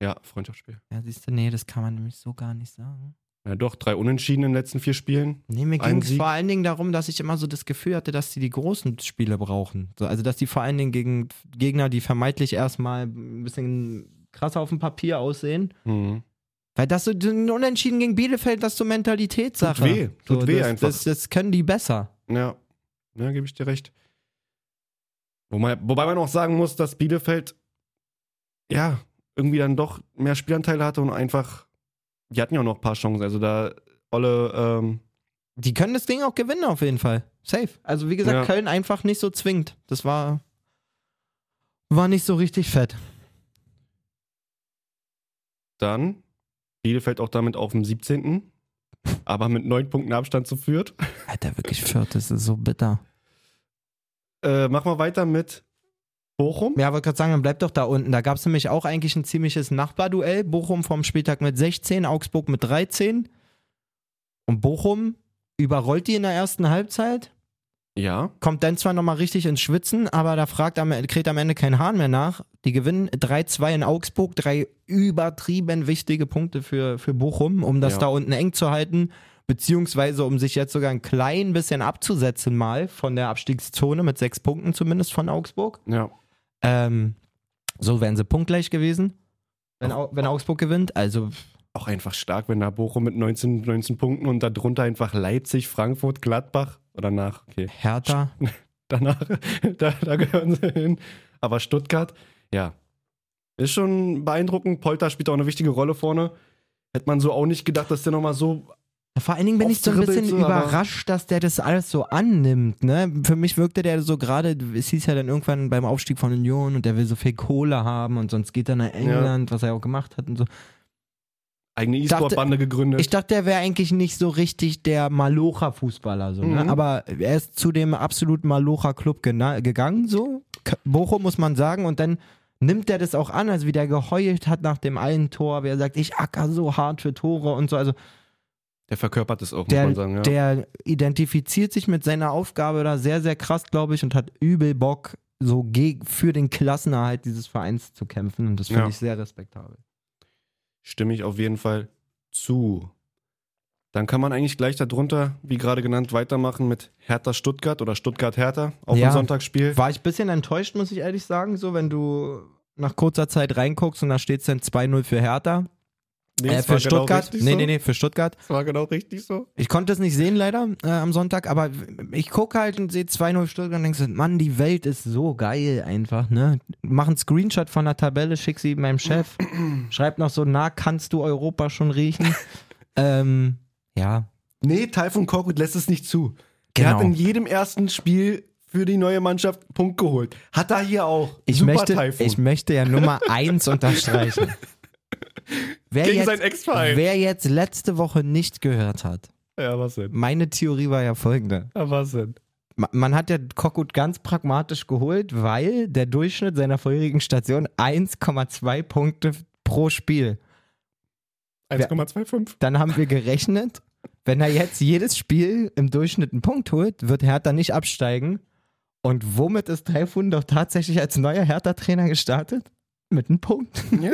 Speaker 2: Ja, Freundschaftsspiel.
Speaker 1: Ja, siehst du, nee, das kann man nämlich so gar nicht sagen.
Speaker 2: Ja, doch, drei Unentschieden in den letzten vier Spielen.
Speaker 1: Nee, mir
Speaker 2: Ein
Speaker 1: ging es
Speaker 2: Sieg.
Speaker 1: vor allen Dingen darum, dass ich immer so das Gefühl hatte, dass sie die großen Spiele brauchen. So, also, dass die vor allen Dingen gegen Gegner, die vermeintlich erstmal ein bisschen krasser auf dem Papier aussehen. Weil das so ein Unentschieden gegen Bielefeld, das ist so Mentalitätssache.
Speaker 2: Tut weh, tut
Speaker 1: so,
Speaker 2: weh
Speaker 1: das,
Speaker 2: einfach.
Speaker 1: Das, das können die besser.
Speaker 2: Ja, ja gebe ich dir recht. Wobei, wobei man auch sagen muss, dass Bielefeld ja irgendwie dann doch mehr Spielanteile hatte und einfach, die hatten ja auch noch ein paar Chancen. Also da Olle, ähm,
Speaker 1: Die können das Ding auch gewinnen, auf jeden Fall. Safe. Also, wie gesagt,
Speaker 2: Ja.
Speaker 1: Köln einfach nicht so zwingend. Das war, war nicht so richtig fett.
Speaker 2: dann Bielefeld auch damit auf dem 17., aber mit neun Punkten Abstand zu führt.
Speaker 1: Alter, wirklich viert, das ist so bitter.
Speaker 2: Äh, machen wir weiter mit Bochum.
Speaker 1: Ja, wollte gerade sagen, dann bleibt doch da unten. Da gab es nämlich auch eigentlich ein ziemliches Nachbarduell. Bochum vom Spieltag mit 16, Augsburg mit 13. Und Bochum überrollt die in der ersten Halbzeit,
Speaker 2: Ja.
Speaker 1: kommt dann zwar nochmal richtig ins Schwitzen, aber da fragt am, kräht am Ende kein Hahn mehr nach. Die gewinnen 3-2 in Augsburg, drei übertrieben wichtige Punkte für, für Bochum, um das
Speaker 2: Ja.
Speaker 1: da unten eng zu halten, beziehungsweise um sich jetzt sogar ein klein bisschen abzusetzen mal von der Abstiegszone mit sechs Punkten zumindest von Augsburg.
Speaker 2: Ja.
Speaker 1: Ähm, so wären sie punktgleich gewesen, wenn, Au wenn Augsburg gewinnt. Also,
Speaker 2: auch einfach stark, wenn da Bochum mit 19, 19 Punkten und darunter einfach Leipzig, Frankfurt, Gladbach oder nach, okay,
Speaker 1: Hertha.
Speaker 2: danach, da, da gehören sie hin. Aber Stuttgart, ja, ist schon beeindruckend. Polter spielt auch eine wichtige Rolle vorne. Hätte man so auch nicht gedacht, dass der nochmal so
Speaker 1: Vor allen Dingen bin ich so ein
Speaker 2: Auftribbelt
Speaker 1: bisschen
Speaker 2: so, aber-
Speaker 1: überrascht, dass der das alles so annimmt. Ne? Für mich wirkte der so gerade, es hieß ja dann irgendwann beim Aufstieg von Union und der will so viel Kohle haben und sonst geht er nach England, was er auch gemacht hat und so.
Speaker 2: Eigene E-Sport-Bande gegründet.
Speaker 1: Ich dachte, er wäre eigentlich nicht so richtig der Malocha-Fußballer. So, ne?
Speaker 2: Mhm.
Speaker 1: Aber er ist zu dem absoluten Malocha-Club gena- gegangen, so. K- Bochum muss man sagen. Und dann nimmt er das auch an, also wie der geheult hat nach dem einen Tor, wie er sagt, ich acker so hart für Tore und so. Also
Speaker 2: der verkörpert es auch,
Speaker 1: der,
Speaker 2: muss man sagen. Ja.
Speaker 1: der identifiziert sich mit seiner Aufgabe da sehr, sehr krass, glaube ich, und hat übel Bock, so geg- für den Klassenerhalt dieses Vereins zu kämpfen. Und das finde
Speaker 2: Ja.
Speaker 1: ich sehr respektabel.
Speaker 2: Stimme ich auf jeden Fall zu. Dann kann man eigentlich gleich darunter, wie gerade genannt, weitermachen mit Hertha Stuttgart oder Stuttgart Hertha auf
Speaker 1: Ja.
Speaker 2: dem Sonntagsspiel.
Speaker 1: War ich ein bisschen enttäuscht, muss ich ehrlich sagen, so wenn du nach kurzer Zeit reinguckst und da steht es dann 2-0 für Hertha.
Speaker 2: Nee,
Speaker 1: äh,
Speaker 2: das
Speaker 1: für
Speaker 2: war genau
Speaker 1: Stuttgart.
Speaker 2: richtig
Speaker 1: nee,
Speaker 2: so.
Speaker 1: nee, nee, für Stuttgart.
Speaker 2: Das war genau richtig so.
Speaker 1: Ich konnte es nicht sehen leider äh, am Sonntag, aber ich gucke halt und sehe 2-0 Stuttgart und denkst, Mann, die Welt ist so geil einfach, ne? Mach einen Screenshot von der Tabelle, schick sie meinem Chef, schreib noch so, na, kannst du Europa schon riechen? ähm, ja,
Speaker 2: Nee, Taifun Korkut lässt es nicht zu. Er
Speaker 1: genau.
Speaker 2: hat in jedem ersten Spiel für die neue Mannschaft Punkt geholt. Hat er hier auch.
Speaker 1: ich,
Speaker 2: Super
Speaker 1: möchte,
Speaker 2: Taifun.
Speaker 1: ich möchte ja Nummer 1 unterstreichen. Wer
Speaker 2: Gegen
Speaker 1: jetzt-
Speaker 2: seinen Ex-Verein.
Speaker 1: Wer jetzt letzte Woche nicht gehört hat,
Speaker 2: ja, was denn?
Speaker 1: meine Theorie war ja folgende.
Speaker 2: Ja, was denn?
Speaker 1: Ma- Man hat ja Kokut ganz pragmatisch geholt, weil der Durchschnitt seiner vorherigen Station 1,2 Punkte pro Spiel.
Speaker 2: 1,25.
Speaker 1: Dann haben wir gerechnet, wenn er jetzt jedes Spiel im Durchschnitt einen Punkt holt, wird Hertha nicht absteigen. Und womit ist Taifun doch tatsächlich als neuer Hertha-Trainer gestartet? Mit einem Punkt.
Speaker 2: Ja.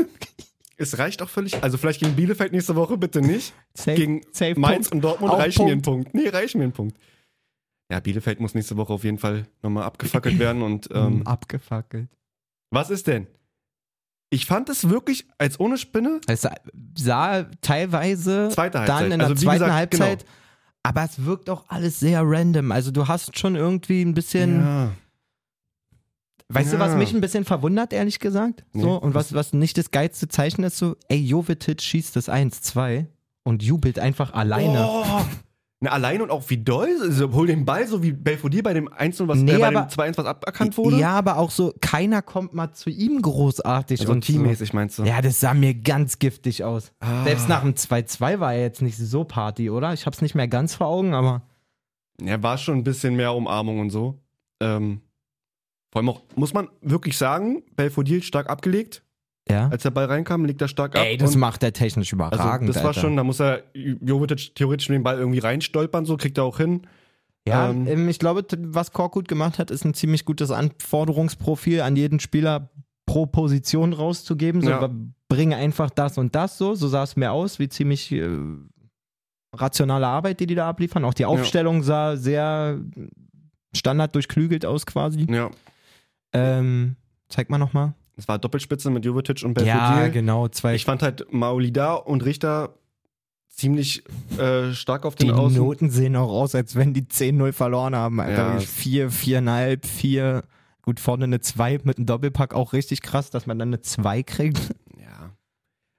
Speaker 2: Es reicht auch völlig. Also vielleicht gegen Bielefeld nächste Woche bitte nicht.
Speaker 1: Safe,
Speaker 2: gegen
Speaker 1: safe
Speaker 2: Mainz
Speaker 1: Punkt.
Speaker 2: und Dortmund
Speaker 1: Auch
Speaker 2: reichen mir einen Punkt. Nee, reichen mir einen Punkt. Ja, Bielefeld muss nächste Woche auf jeden Fall nochmal abgefackelt werden. Und ähm,
Speaker 1: Mm, Abgefackelt.
Speaker 2: was ist denn? Ich fand es wirklich als ohne Spinne
Speaker 1: Es sah, sah teilweise
Speaker 2: zweite Halbzeit.
Speaker 1: dann in der
Speaker 2: also, wie
Speaker 1: zweiten
Speaker 2: gesagt,
Speaker 1: Halbzeit. Aber es wirkt auch alles sehr random. Also du hast schon irgendwie ein bisschen.
Speaker 2: Genau. Ja.
Speaker 1: Weißt du, was
Speaker 2: Ja.
Speaker 1: mich ein bisschen verwundert, ehrlich gesagt?
Speaker 2: Nee.
Speaker 1: So, und was, was nicht das geilste Zeichen ist, so, ey, Jovetic schießt das 1-2 und jubelt einfach alleine.
Speaker 2: Oh. Na, allein und auch wie doll. Also, hol den Ball, so wie Belfodil bei dem 1 was,
Speaker 1: Nee,
Speaker 2: äh, bei dem
Speaker 1: aber-
Speaker 2: 2-1 was aberkannt wurde.
Speaker 1: Ja, aber auch so, keiner kommt mal zu ihm großartig.
Speaker 2: Also
Speaker 1: und
Speaker 2: teammäßig meinst du?
Speaker 1: So. Ja, das sah mir ganz giftig aus.
Speaker 2: Ah.
Speaker 1: Selbst nach dem 2-2 war er jetzt nicht so Party, oder? Ich hab's nicht mehr ganz vor Augen, aber
Speaker 2: Ja, war schon ein bisschen mehr Umarmung und so. Ähm, vor allem auch, muss man wirklich sagen, Belfodil stark abgelegt.
Speaker 1: ja.
Speaker 2: Als der Ball reinkam, legt er stark ab.
Speaker 1: Ey, das
Speaker 2: Also, und,
Speaker 1: macht er technisch
Speaker 2: also,
Speaker 1: überragend.
Speaker 2: Das war
Speaker 1: Alter.
Speaker 2: schon, da muss er Jovic theoretisch den Ball irgendwie reinstolpern, so kriegt er auch hin.
Speaker 1: Ja,
Speaker 2: Ähm,
Speaker 1: ähm, ich glaube, t- was Korkut gemacht hat, ist ein ziemlich gutes Anforderungsprofil an jeden Spieler pro Position rauszugeben. So,
Speaker 2: Ja.
Speaker 1: w- Bring einfach das und das so. So sah es mir aus, wie ziemlich äh, rationale Arbeit, die die da abliefern. Auch die Aufstellung sah sehr standard durchklügelt aus quasi.
Speaker 2: Ja.
Speaker 1: Ähm, zeig mal nochmal.
Speaker 2: Es war Doppelspitze mit Jovic und Belfodil.
Speaker 1: Ja, genau. Zwei
Speaker 2: Ich fand halt Maulida und Richter ziemlich äh, stark auf
Speaker 1: die
Speaker 2: den Außen.
Speaker 1: Noten sehen auch aus, als wenn die 10-0 verloren haben. Alter.
Speaker 2: Ja.
Speaker 1: Wirklich Vier, viereinhalb, vier. Gut, vorne eine 2 mit einem Doppelpack auch richtig krass, dass man dann eine 2 kriegt.
Speaker 2: Ja.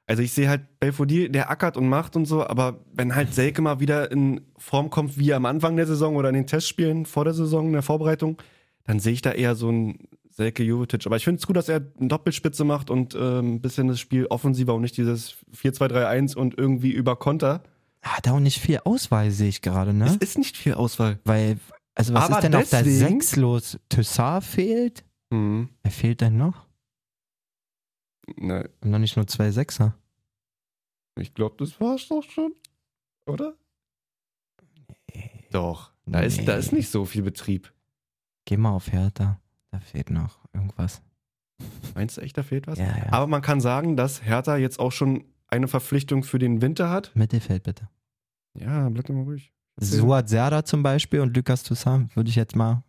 Speaker 2: Also ich sehe halt Belfodil, der ackert und macht und so, aber wenn halt Selke mal wieder in Form kommt, wie am Anfang der Saison oder in den Testspielen vor der Saison in der Vorbereitung, dann sehe ich da eher so einen Selke Jovetic. Aber ich finde es gut, dass er eine Doppelspitze macht und ähm, ein bisschen das Spiel offensiver und nicht dieses 4-2-3-1 und irgendwie über Konter.
Speaker 1: Hat Ah, auch nicht viel Auswahl, sehe ich gerade, ne?
Speaker 2: Es ist nicht viel Auswahl.
Speaker 1: Weil, also was
Speaker 2: Aber
Speaker 1: ist denn auf der
Speaker 2: deswegen-
Speaker 1: 6 los? Toussaint fehlt?
Speaker 2: Mhm.
Speaker 1: Wer fehlt denn noch?
Speaker 2: Na,
Speaker 1: Haben doch nicht nur zwei Sechser.
Speaker 2: ich glaube, das war's doch schon, oder? Doch. Da, ist, da ist
Speaker 1: Nee.
Speaker 2: nicht so viel Betrieb.
Speaker 1: Geh mal auf Hertha. Da fehlt noch irgendwas.
Speaker 2: Meinst du echt, da fehlt was?
Speaker 1: Ja, ja.
Speaker 2: Aber man kann sagen, dass Hertha jetzt auch schon eine Verpflichtung für den Winter hat.
Speaker 1: Mittelfeld bitte.
Speaker 2: Ja, bleib doch mal ruhig.
Speaker 1: Suat Serda zum Beispiel und Lukas Toussaint würde ich jetzt mal.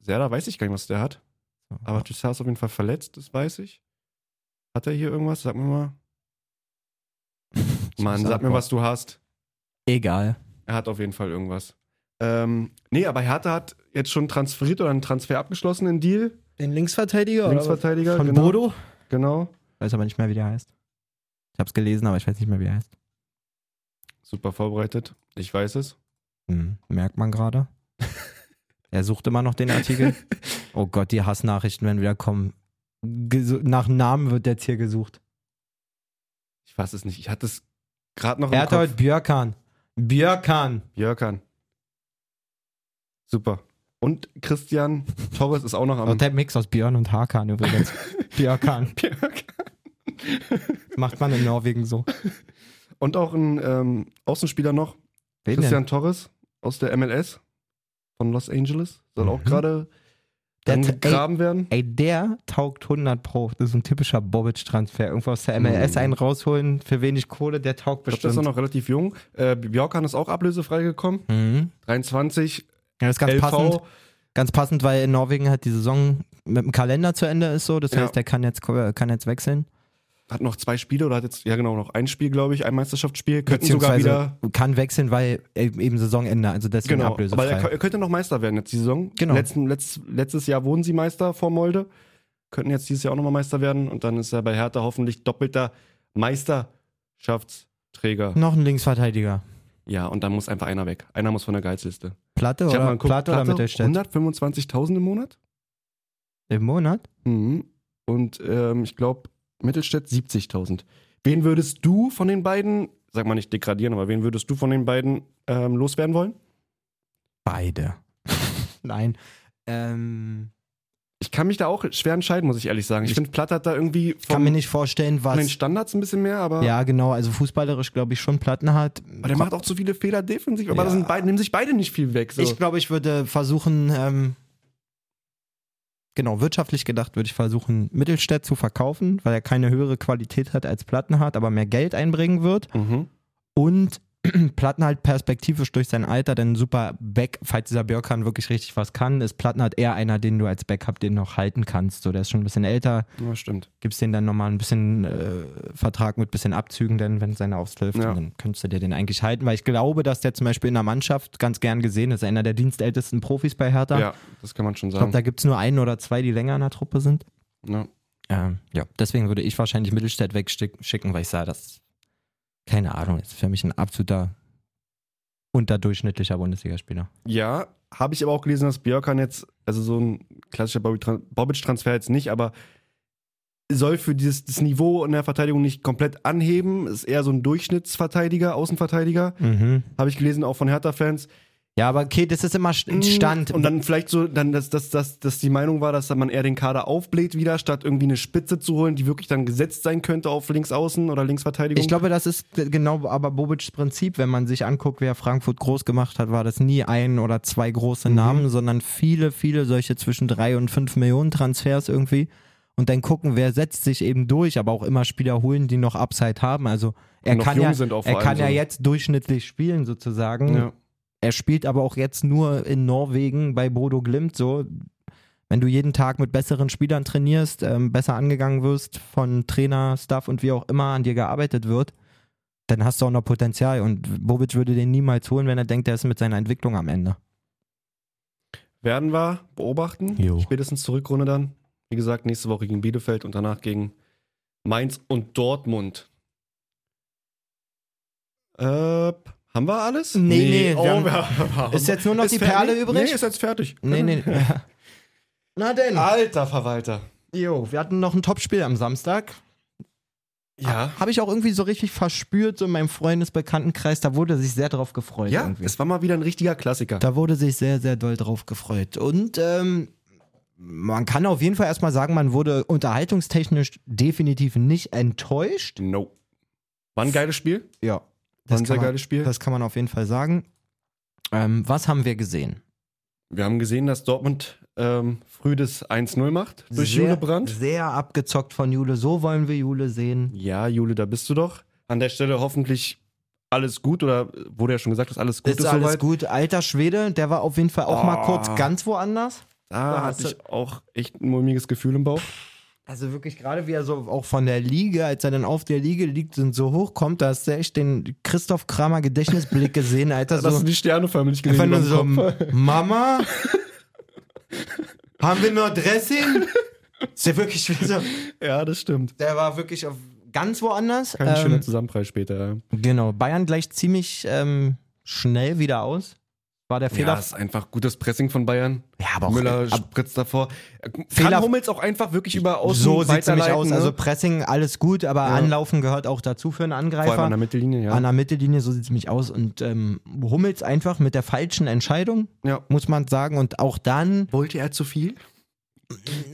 Speaker 2: Serda weiß ich gar nicht, was der hat. Aber Toussaint ist auf jeden Fall verletzt, das weiß ich. Hat er hier irgendwas? Sag mir mal. Mann, sag mir, was du hast.
Speaker 1: Egal.
Speaker 2: Er hat auf jeden Fall irgendwas. Ähm, nee, aber Hertha hat jetzt schon transferiert oder einen Transfer abgeschlossen, einen Deal.
Speaker 1: Den Linksverteidiger?
Speaker 2: Linksverteidiger.
Speaker 1: Von
Speaker 2: genau,
Speaker 1: Bodo?
Speaker 2: Genau.
Speaker 1: Weiß aber nicht mehr, wie der heißt. Ich hab's gelesen, aber ich weiß nicht mehr, wie er heißt.
Speaker 2: Super vorbereitet. Ich weiß es.
Speaker 1: Hm, merkt man gerade. er sucht immer noch den Artikel. Oh Gott, die Hassnachrichten werden wieder kommen. Gesu nach Namen wird jetzt hier gesucht.
Speaker 2: Ich weiß es nicht. Ich hatte es gerade noch
Speaker 1: er
Speaker 2: im
Speaker 1: hat heute
Speaker 2: Kopf.
Speaker 1: Björkan. Björkan.
Speaker 2: Jörkan. Super. Und Christian Torres ist auch noch am
Speaker 1: Und Oh, der Mix aus Björn und Hakan übrigens. Björkan.
Speaker 2: Björkan.
Speaker 1: Macht man in Norwegen so.
Speaker 2: Und auch ein ähm, Außenspieler noch,
Speaker 1: Wen
Speaker 2: Christian Torres aus der MLS von Los Angeles. Soll auch
Speaker 1: Mhm.
Speaker 2: gerade
Speaker 1: Der
Speaker 2: dann
Speaker 1: hat-
Speaker 2: gegraben werden.
Speaker 1: Ey, der taugt 100 Pro. Das ist ein typischer Bobic-Transfer. Irgendwo aus der MLS
Speaker 2: Mhm.
Speaker 1: einen rausholen für wenig Kohle, der taugt
Speaker 2: Ich glaube, der ist auch
Speaker 1: bestimmt.
Speaker 2: noch relativ jung. Äh, Björkan ist auch ablösefrei gekommen.
Speaker 1: Mhm.
Speaker 2: 23,
Speaker 1: Ja, das ist ganz
Speaker 2: LV.
Speaker 1: passend. Ganz passend, weil in Norwegen halt die Saison mit dem Kalender zu Ende ist so. Das
Speaker 2: Ja.
Speaker 1: heißt, der kann jetzt, kann jetzt wechseln.
Speaker 2: Hat noch zwei Spiele oder hat jetzt, ja genau, noch ein Spiel, glaube ich, ein Meisterschaftsspiel. Könnten sogar
Speaker 1: Beziehungsweise
Speaker 2: wieder.
Speaker 1: kann wechseln, weil eben eben Saisonende, also deswegen
Speaker 2: Genau, aber
Speaker 1: ablösefrei.
Speaker 2: er, er könnte noch Meister werden jetzt die Saison.
Speaker 1: Genau.
Speaker 2: Letzten, letzt, letztes Jahr wurden sie Meister vor Molde. Könnten jetzt dieses Jahr auch nochmal Meister werden und dann ist er bei Hertha hoffentlich doppelter Meisterschaftsträger.
Speaker 1: noch ein Linksverteidiger.
Speaker 2: Ja, und dann muss einfach einer weg. Einer muss von der Geizliste.
Speaker 1: Platte
Speaker 2: Ich hab mal
Speaker 1: oder,
Speaker 2: geguckt,
Speaker 1: Platte oder Mittelstädt?
Speaker 2: 125.000 im Monat.
Speaker 1: Im Monat?
Speaker 2: Mhm. Und ähm, ich glaube, Mittelstädt 70.000. Wen würdest du von den beiden, sag mal nicht degradieren, aber wen würdest du von den beiden ähm, loswerden wollen?
Speaker 1: Beide. Nein. Ähm,
Speaker 2: Ich kann mich da auch schwer entscheiden, muss ich ehrlich sagen. Ich,
Speaker 1: Ich-
Speaker 2: finde, Platt hat da irgendwie
Speaker 1: ich kann mir
Speaker 2: vom,
Speaker 1: nicht vorstellen,
Speaker 2: von den
Speaker 1: was.
Speaker 2: Standards ein bisschen mehr, aber,
Speaker 1: Ja, genau. Also fußballerisch glaube ich schon Platten hat.
Speaker 2: aber der macht auch zu viele Fehler defensiv. Aber
Speaker 1: Ja.
Speaker 2: das sind beide, nehmen sich beide nicht viel weg. So.
Speaker 1: Ich glaube, ich würde versuchen, ähm, genau, wirtschaftlich gedacht würde ich versuchen, Mittelstädt zu verkaufen, weil er keine höhere Qualität hat als Platten hat, aber mehr Geld einbringen wird.
Speaker 2: mhm.
Speaker 1: Und Platten halt perspektivisch durch sein Alter dann super Back, falls dieser Björkan wirklich richtig was kann, ist Platten halt eher einer, den du als Backup den noch halten kannst. So, der ist schon ein bisschen älter,
Speaker 2: ja, stimmt.
Speaker 1: gibst denen dann nochmal ein bisschen äh, Vertrag mit bisschen Abzügen, denn wenn seiner ausläuft,
Speaker 2: Ja.
Speaker 1: dann könntest du dir den eigentlich halten, weil ich glaube, dass der zum Beispiel in der Mannschaft ganz gern gesehen ist, einer der dienstältesten Profis bei Hertha.
Speaker 2: Ja, das kann man schon
Speaker 1: Ich glaube,
Speaker 2: sagen. ne?
Speaker 1: da gibt es nur einen oder zwei, die länger in der Truppe sind.
Speaker 2: ja.
Speaker 1: Ähm, ja, deswegen würde ich wahrscheinlich Mittelstädt wegschicken, weil ich sah, das, keine Ahnung, ist für mich ein absoluter unterdurchschnittlicher Bundesligaspieler.
Speaker 2: Ja, habe ich aber auch gelesen, dass Björkan jetzt, also so ein klassischer Bobby- Tran- Bobic-Transfer jetzt nicht, aber soll für dieses das Niveau in der Verteidigung nicht komplett anheben. Ist eher so ein Durchschnittsverteidiger, Außenverteidiger.
Speaker 1: Mhm.
Speaker 2: Habe ich gelesen, auch von Hertha-Fans.
Speaker 1: Ja, aber okay, das ist immer St- Stand.
Speaker 2: Und dann vielleicht so, dann, dass, dass, dass, dass die Meinung war, dass man eher den Kader aufbläht wieder, statt irgendwie eine Spitze zu holen, die wirklich dann gesetzt sein könnte auf Linksaußen oder Linksverteidigung.
Speaker 1: Ich glaube, das ist genau aber Bobics Prinzip, wenn man sich anguckt, wer Frankfurt groß gemacht hat, war das nie ein oder zwei
Speaker 2: Mhm.
Speaker 1: große Namen, sondern viele, viele solche zwischen drei und fünf Millionen Transfers irgendwie. Und dann gucken, wer setzt sich eben durch, aber auch immer Spieler holen, die noch Upside haben. Also er
Speaker 2: noch
Speaker 1: kann,
Speaker 2: jung
Speaker 1: ja,
Speaker 2: sind auch vor
Speaker 1: er
Speaker 2: allem
Speaker 1: kann ja
Speaker 2: so.
Speaker 1: jetzt durchschnittlich spielen sozusagen.
Speaker 2: ja.
Speaker 1: Er spielt aber auch jetzt nur in Norwegen bei Bodo Glimt so. Wenn du jeden Tag mit besseren Spielern trainierst, ähm, besser angegangen wirst, von Trainer, Staff und wie auch immer an dir gearbeitet wird, dann hast du auch noch Potenzial. Und Bobic würde den niemals holen, wenn er denkt, er ist mit seiner Entwicklung am Ende.
Speaker 2: Werden wir beobachten.
Speaker 1: Jo.
Speaker 2: Spätestens zur Rückrunde dann. Wie gesagt, nächste Woche gegen Bielefeld und danach gegen Mainz und Dortmund. Äh, haben wir alles? Oh,
Speaker 1: Nee, nee, wir haben-
Speaker 2: wir-
Speaker 1: Ist jetzt nur noch die Perle
Speaker 2: fertig?
Speaker 1: übrig?
Speaker 2: Nee, ist jetzt fertig.
Speaker 1: Nee, nee. Na denn.
Speaker 2: Alter Verwalter.
Speaker 1: Jo, wir hatten noch ein Topspiel am Samstag.
Speaker 2: Ja.
Speaker 1: Habe ich auch irgendwie so richtig verspürt, so in meinem Freundesbekanntenkreis. Da wurde sich sehr drauf gefreut.
Speaker 2: Ja,
Speaker 1: irgendwie.
Speaker 2: es war mal wieder ein richtiger Klassiker.
Speaker 1: Da wurde sich sehr, sehr doll drauf gefreut. Und ähm, man kann auf jeden Fall erstmal sagen, man wurde unterhaltungstechnisch definitiv nicht enttäuscht.
Speaker 2: No. War ein geiles Spiel.
Speaker 1: Ja.
Speaker 2: War
Speaker 1: Das
Speaker 2: ein
Speaker 1: kann,
Speaker 2: sehr
Speaker 1: man,
Speaker 2: geiles Spiel.
Speaker 1: das kann man auf jeden Fall sagen. Ähm, was haben wir gesehen?
Speaker 2: Wir haben gesehen, dass Dortmund ähm, früh das 1-0 macht durch
Speaker 1: sehr,
Speaker 2: Jule Brandt.
Speaker 1: Sehr abgezockt von Jule. So wollen wir Jule sehen.
Speaker 2: Ja, Jule, da bist du doch. An der Stelle hoffentlich alles gut oder äh, wurde ja schon gesagt, dass alles gut ist,
Speaker 1: ist alles
Speaker 2: soweit.
Speaker 1: gut. Alter Schwede, der war auf jeden Fall auch mal
Speaker 2: Ah.
Speaker 1: kurz ganz woanders.
Speaker 2: Da
Speaker 1: Da
Speaker 2: hatte
Speaker 1: hast
Speaker 2: ich auch echt ein mulmiges Gefühl im Bauch.
Speaker 1: Also wirklich gerade wie er so auch von der Liege, als er dann auf der Liege liegt und so hochkommt, da hast du echt den Christoph Kramer Gedächtnisblick gesehen, Alter.
Speaker 2: Dass
Speaker 1: So,
Speaker 2: du die Sterne förmlich
Speaker 1: einfach
Speaker 2: gesehen
Speaker 1: nur so,
Speaker 2: über dem Kopf.
Speaker 1: Mama, haben wir noch Dressing? Ist der wirklich wie so,
Speaker 2: Ja, das stimmt.
Speaker 1: der war wirklich auf ganz woanders.
Speaker 2: Kein schöner
Speaker 1: Ähm,
Speaker 2: Zusammenpreis später. ja.
Speaker 1: genau, Bayern gleicht ziemlich ähm, schnell wieder aus. War der
Speaker 2: Ja,
Speaker 1: Fehler.
Speaker 2: ist einfach gutes Pressing von Bayern.
Speaker 1: Ja, aber
Speaker 2: Müller
Speaker 1: ab-
Speaker 2: spritzt davor. Kann
Speaker 1: Fehler-
Speaker 2: Hummels auch einfach wirklich über Außen
Speaker 1: so sieht es nämlich
Speaker 2: weiterleiten,
Speaker 1: aus.
Speaker 2: ne?
Speaker 1: Also Pressing, alles gut, aber
Speaker 2: Ja.
Speaker 1: Anlaufen gehört auch dazu für einen Angreifer.
Speaker 2: vor allem an der Mittellinie, ja.
Speaker 1: An der Mittellinie, so sieht es nämlich aus. Und ähm, Hummels einfach mit der falschen Entscheidung,
Speaker 2: ja.
Speaker 1: muss man sagen. Und auch dann,
Speaker 2: Wollte er zu viel?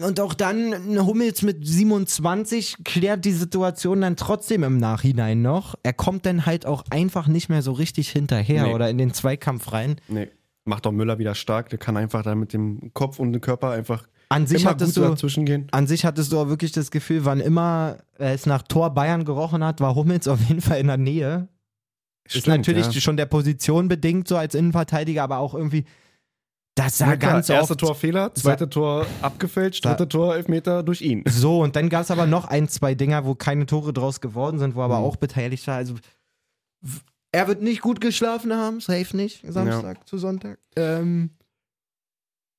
Speaker 1: und auch dann, ein Hummels mit 27 klärt die Situation dann trotzdem im Nachhinein noch. Er kommt dann halt auch einfach nicht mehr so richtig hinterher
Speaker 2: Nee.
Speaker 1: oder in den Zweikampf rein.
Speaker 2: Nee. Macht doch Müller wieder stark. Der kann einfach da mit dem Kopf und dem Körper einfach
Speaker 1: An sich
Speaker 2: immer
Speaker 1: hattest
Speaker 2: gut
Speaker 1: du.
Speaker 2: dazwischen gehen.
Speaker 1: An sich hattest du auch wirklich das Gefühl, wann immer es nach Tor Bayern gerochen hat, war Hummels auf jeden Fall in der Nähe. ist natürlich
Speaker 2: ja.
Speaker 1: schon der Position bedingt, so als Innenverteidiger, aber auch irgendwie, das sah
Speaker 2: Na klar,
Speaker 1: ganz
Speaker 2: erste
Speaker 1: oft
Speaker 2: Tor Fehler, zweite Tor abgefälscht,
Speaker 1: Sa-
Speaker 2: dritte Tor Elfmeter durch ihn.
Speaker 1: so. Und dann gab es aber noch ein, zwei Dinger, wo keine Tore draus geworden sind, wo er aber
Speaker 2: Mhm.
Speaker 1: auch beteiligt war. Also, w- er wird nicht gut geschlafen haben, safe nicht, Samstag zu Sonntag. Ähm,